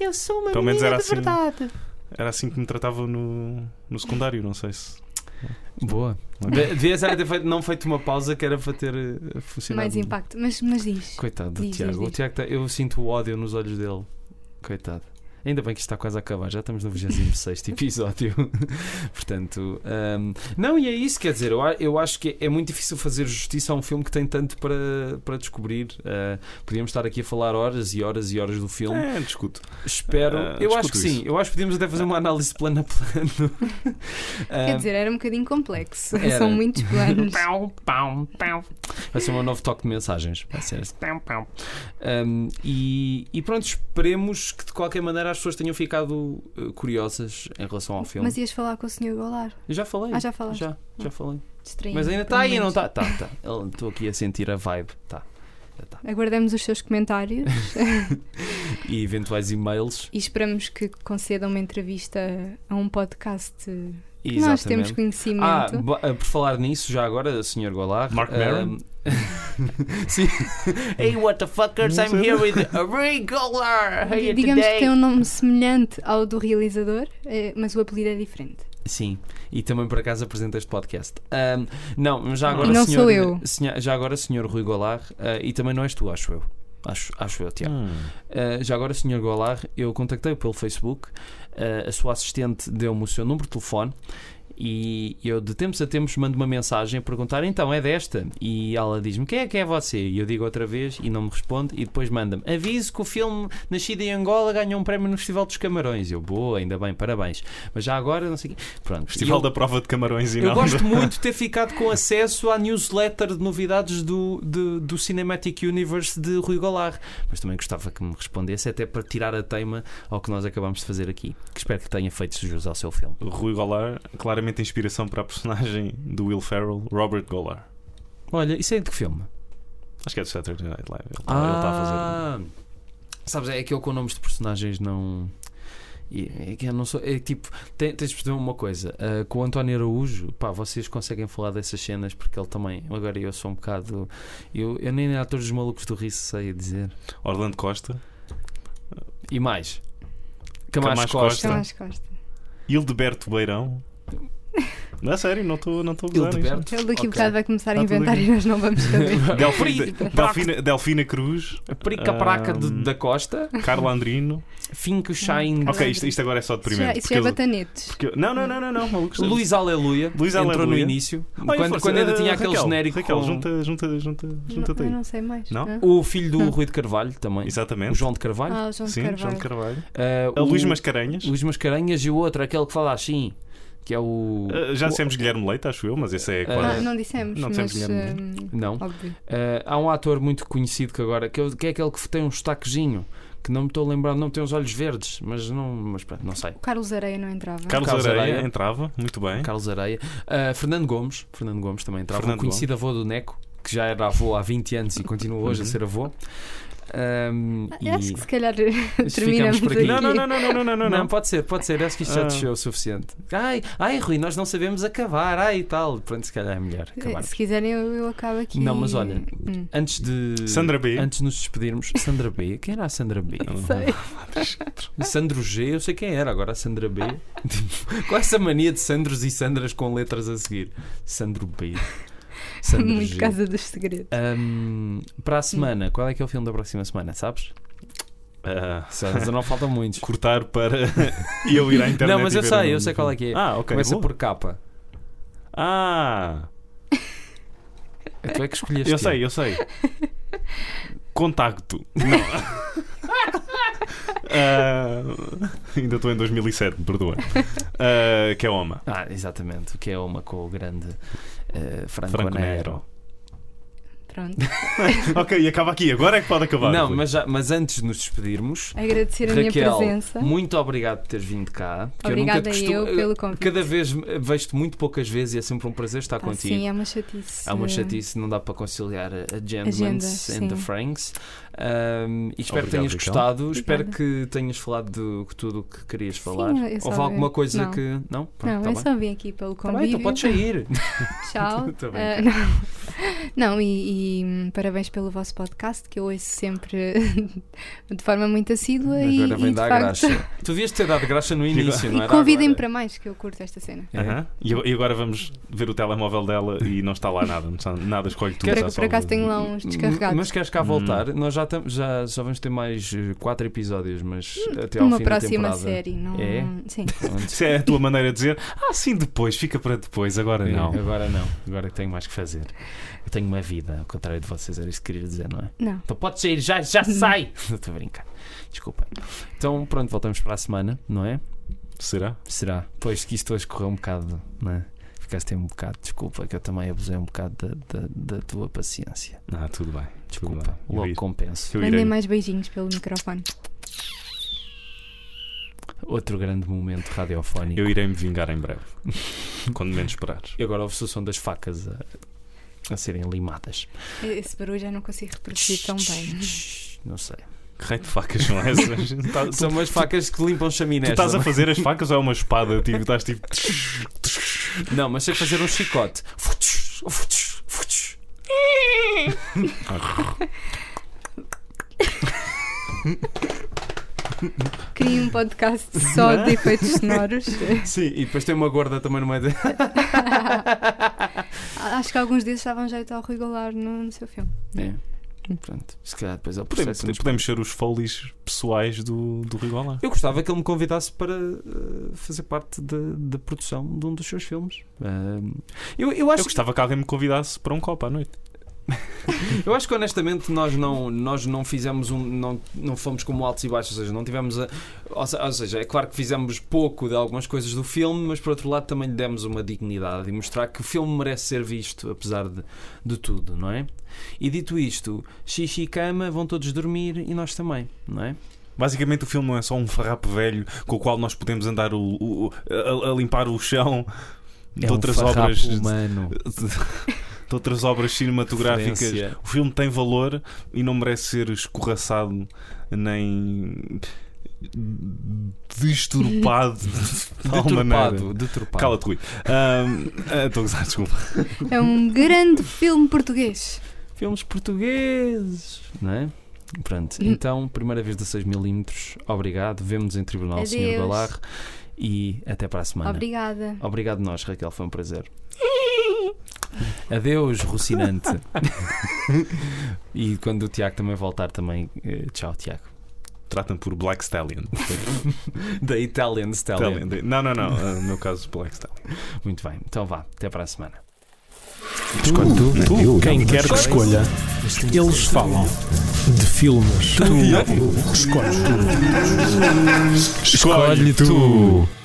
Eu sou uma
Pelo menos
menina
era
de
assim.
verdade.
Era assim que me tratavam no, no secundário, não sei se.
Boa. De- Devias era ter feito, não feito uma pausa que era para ter eh, funcionado.
Mais impacto. Mas, mas diz.
Coitado do
Diz, diz,
Tiago. O
diz.
Tiago tá- eu sinto o ódio nos olhos dele. Coitado. Ainda bem que isto está quase a acabar, já estamos no 26 episódio. Portanto, hum, não, e é isso, quer dizer, eu, a- eu acho que é muito difícil fazer justiça a um filme que tem tanto para, para descobrir. Ah, podíamos estar aqui a falar horas e horas e horas do filme.
É, discuto.
Espero.
Ah,
eu acho
discuto
que sim, eu acho que podíamos até fazer uma análise plano a plano.
Quer
Ah,
dizer, um era um bocadinho complexo.
Era.
São muitos planos.
Pão, pão, pão,
vai ser um novo toque de mensagens. Vai ser
pão, pão.
Um, e, e pronto, esperemos que de qualquer maneira as pessoas tenham ficado uh, curiosas em relação ao um filme.
Mas ias falar com o Sr. Golar.
Eu já falei.
Ah, já falaste.
Já, já falei.
Distraído,
Mas ainda
pelo
está aí, não
menos.
está? Tá, tá. Eu Estou aqui a sentir a vibe. Tá.
Aguardamos os seus comentários
E eventuais e-mails.
e esperamos que concedam uma entrevista a um podcast que nós temos
Exatamente. Ah,
conhecimento.
bo- ah, por falar nisso, já agora, Sr. Goulart.
Mark
um,
Maron?
Sim,
Hey, what the fuckers, I'm here with Ray
Ah,
Golar. Hey,
Digamos
today.
que tem um nome semelhante ao do realizador, eh, mas o apelido é diferente.
Sim, e também por acaso apresenta este podcast. Ahm, não, mas já agora,
E não
senhor,
sou eu.
senha- já agora, senhor Rui Golar, ah, e também não és tu, acho eu. Acho, acho eu, Tiago.
Hum.
Ah, já agora, senhor Eh, Golar, eu contactei-o pelo Facebook, ah, a sua assistente deu-me o seu número de telefone E eu, de tempos a tempos, mando uma mensagem a perguntar: então é desta? E ela diz-me: quem é que é você? E eu digo outra vez e não me responde. E depois manda-me: aviso que o filme Nascido em Angola ganhou um prémio no Festival dos Camarões. Eu, boa, ainda bem, parabéns. Mas já agora, não sei o quê. Pronto.
Festival
E eu-
da Prova de Camarões e
eu
não.
gosto muito de ter ficado com acesso à newsletter de novidades do, de- do Cinematic Universe de Rui Golar. Mas também gostava que me respondesse, até para tirar a teima ao que nós acabámos de fazer aqui. Que espero que tenha feito jus ao seu filme.
O Rui Golar, claramente a inspiração para a personagem do Will Ferrell, Robert Golar.
Olha, isso é de que filme?
Acho que é do Saturday Night Live. Ele está ele está a fazer.
Ah, Sabes, é que eu com nomes de personagens não. e- É que eu não sou. É tipo, tem- tens de perceber uma coisa. ah, com o António Araújo, pá, vocês conseguem falar dessas cenas porque ele também. Agora eu sou um bocado. Eu, eu nem ator dos malucos do Riso sei dizer.
um- Orlando Costa,
E mais.
Camacho
Camacho,
Costa.
Costa.
Então, as costas.
Hildeberto Beirão. Não é sério, não estou não estou a gozar nisto.
Hildeberto.
Ele daqui a
Ok. Tá
bocado vai começar a
Está tudo
inventar
aqui.
e nós não vamos saber.
Delfina, Delfina, Delfina Cruz,
Perica Praca de-
Ahm.
da Costa.
Carla Andrino.
Finkenstein.
Ok, isto, isto agora é só
Isso já,
deprimente.
isso
porque
já é
eles-
batanetes.
porque eu- Não, não, não, não, não, malucos.
Luís Aleluia.
Luís
entrou no
Aleluia.
início.
Olha,
quando,
força,
quando ainda
eh,
tinha aquele
Raquel,
genérico.
Raquel,
com-
junta, junta, junta, junta-te
Não, eu
aí.
não sei mais.
Não?
Ah.
O filho do Rui de Carvalho também.
Exatamente.
O João de Carvalho.
Ah, o João de
Sim,
Carvalho.
João de Carvalho.
Ah,
A
o
Luís Mascarenhas.
Luís Mascarenhas e o outro, aquele que fala assim. Que é o.
Ah, já
o-
dissemos Guilherme Leite, acho eu, mas esse é
Ah,
quase.
não dissemos,
Não
mas
dissemos
hum,
Não.
óbvio.
Ah, há um ator muito conhecido que agora. Que, é- que é aquele que tem um sotaquezinho. Que não me estou a lembrar, não tem os olhos verdes. Mas não. Mas pronto, não sei.
O Carlos Areia não entrava.
Carlos,
Carlos
Areia,
Areia.
entrava, muito bem.
Carlos Areia. Ah, Fernando Gomes. Fernando Gomes Uhum. também entrava.
Fernando
o conhecido avô do Neco. Que já era avô há 20 anos e continua hoje a ser avô. Ahm,
Ah,
e
eu Acho que se calhar
ficamos
terminamos
por aqui.
aqui.
Não, não, não, não, não, não, não, não.
Não, pode ser, pode ser. Acho que isto já
Ah.
desceu o suficiente. Ai, ai, Rui, nós não sabemos acabar. Ai, tal. Pronto, se calhar é melhor acabar.
Se quiserem, eu, eu acabo aqui.
Não, mas olha,
Hum.
Antes de.
Sandra B.
Antes de nos despedirmos, Sandra B. Quem era a Sandra B? Sandro G, eu sei quem era, agora a Sandra B. Tipo, Qual é essa mania de Sandros e Sandras com letras a seguir? Sandro B. Sandro
Muito
G.
Casa dos Segredos.
Ahm, para a semana, qual é que é o filme da próxima semana? Sabes?
Ah,
Sandra, não faltam muitos.
cortar para eu ir à internet.
Não, mas
e
eu
ver o
sei,
nome
eu
do
sei
filme.
qual é que é.
Ah, ok.
Começa
boa.
por capa.
Ah,
Tu é que escolheste.
eu sei, eu sei. Contacto. Não. Ah, ainda estou em 2007, me perdoa. Ah, que é Oma.
Ah, exatamente. O que é uma com o grande eh, Franco,
Franco
Nero.
Nero.
Pronto.
Ok, e acaba aqui. Agora é que pode acabar.
Não,
Rui.
mas, já- mas antes de nos despedirmos,
Agradecer a minha
Raquel,
presença.
muito obrigado por teres vindo cá. que
Obrigada
eu, nunca te
eu
costumo-
pelo convite.
Cada vez me- vejo-te muito poucas vezes e é sempre um prazer estar
Ah,
contigo.
sim, é uma chatice.
Há uma chatice, não dá para conciliar a Agendas
Agendas,
and the
sim.
Franks. Um, e espero que
Obrigado,
tenhas
Raquel.
gostado. Espero
Obrigada.
que tenhas falado de de tudo o que querias falar.
eu só-
Houve alguma coisa
não.
que. Não? Pronto,
Não,
tá
eu
bem.
só vim aqui pelo
Tá bem,
convite.
então podes sair.
Tchau.
Tá bem.
Ah, não, não e, e, hum, parabéns pelo vosso podcast, que eu ouço sempre de forma muito assídua. e,
Agora
e
vem
de
dar
facto-
graça. Tu devias ter dado graça no início, não
E
era?
convidem-me
agora?
para mais, que eu curto esta cena.
É.
Aham. E ag- E agora vamos ver o telemóvel dela e não está lá nada, não está, nada escolhe tudo.
Por,
está
por
só
acaso
o-
tenho lá uns descarregados.
um Hum, Mas queres cá
Hum.
voltar? Nós já, tam- já, já vamos ter mais eh, quatro episódios, mas até ao
Hum, uma
fim
próxima
da temporada.
série, não?
É?
Sim.
Onde-
Isso é a tua maneira de dizer, ah, sim, depois, fica para depois, agora não.
É, Agora não. Agora tenho mais que fazer. Eu tenho uma vida, ao contrário de vocês, era isso que queria dizer, não é?
Não.
Então podes sair, já, já
Hum.
sai! Estou a brincar. Desculpem. Então pronto, voltamos para a semana, não é?
Será?
Será? Pois que isto hoje correu um bocado, não é? Ficaste aí um bocado, desculpa, que eu também abusei um bocado da, da, da tua paciência.
Ah, tudo bem. Tudo
Desculpa.
bem. Eu
Logo
irei-
compenso.
eu irei-
Mandem mais beijinhos pelo microfone.
Outro grande momento radiofónico.
Eu irei me vingar em breve. Quando menos esperares.
E agora ouve-se o som das facas a, a serem limadas.
Esse barulho já não consigo reproduzir tão bem.
Não sei.
Que raio de facas são essas? Tá- tu,
São umas facas que limpam
tu
chaminés.
estás a
não é?
fazer as facas ou é uma espada? Tipo, estás tipo.
Não, mas sei fazer um chicote.
Criei um podcast só
é?
de efeitos sonoros.
Sim, e depois tem uma gorda também no meio de...
Acho que alguns deles estavam jeito ao Rui Goulart no, no seu filme.
É. Pronto. Se calhar depois é o
Podemos,
processo.
tipo- podemos ser os folies pessoais pessoais do, do Rui Goulart.
Eu gostava que ele me convidasse para eh, fazer parte da da produção de um dos seus filmes. Ah, eu, eu
Eu
acho
gostava que alguém me convidasse para um copo à noite.
Eu acho que honestamente nós não, nós não fizemos um. Não, não fomos como altos e baixos, ou seja, não tivemos. A, ou, se- ou seja, é claro que fizemos pouco de algumas coisas do filme, mas por outro lado também lhe demos uma dignidade e mostrar que o filme merece ser visto, apesar de, de tudo, não é? E dito isto, xixi e cama, vão todos dormir e nós também, não é?
Basicamente, o filme não é só um farrapo velho com o qual nós podemos andar o- o- a, a limpar o chão de outras obras
É um humano.
de outras obras cinematográficas.
Referência.
O filme tem valor e não merece ser escorraçado nem desturpado de tal maneira.
Deturpado, deturpado.
Cala-te, Rui. Ahm, ah, Estou a gozar, desculpa.
É um grande filme português.
Filmes portugueses, não é? Pronto,
Hum.
então, primeira vez de 6mm, obrigado. Vemo-nos em tribunal,
Adeus.
Sr. Galar. E até para a semana.
Obrigada.
Obrigado, nós, Raquel, foi um prazer. Adeus, Rocinante. e quando o Tiago também voltar, também. eh, Tchau, Tiago.
Trata-me por Black Stallion.
Da Italian Stallion.
Stallion. Não, não, não. Ah, No meu caso, Black Stallion.
Muito bem, então vá, até para a semana.
Escolhe tu,
eu,
quem
eu,
quer que
eu.
escolha. Eles falam de filmes. Tu escolhe tu.
Escolhe tu.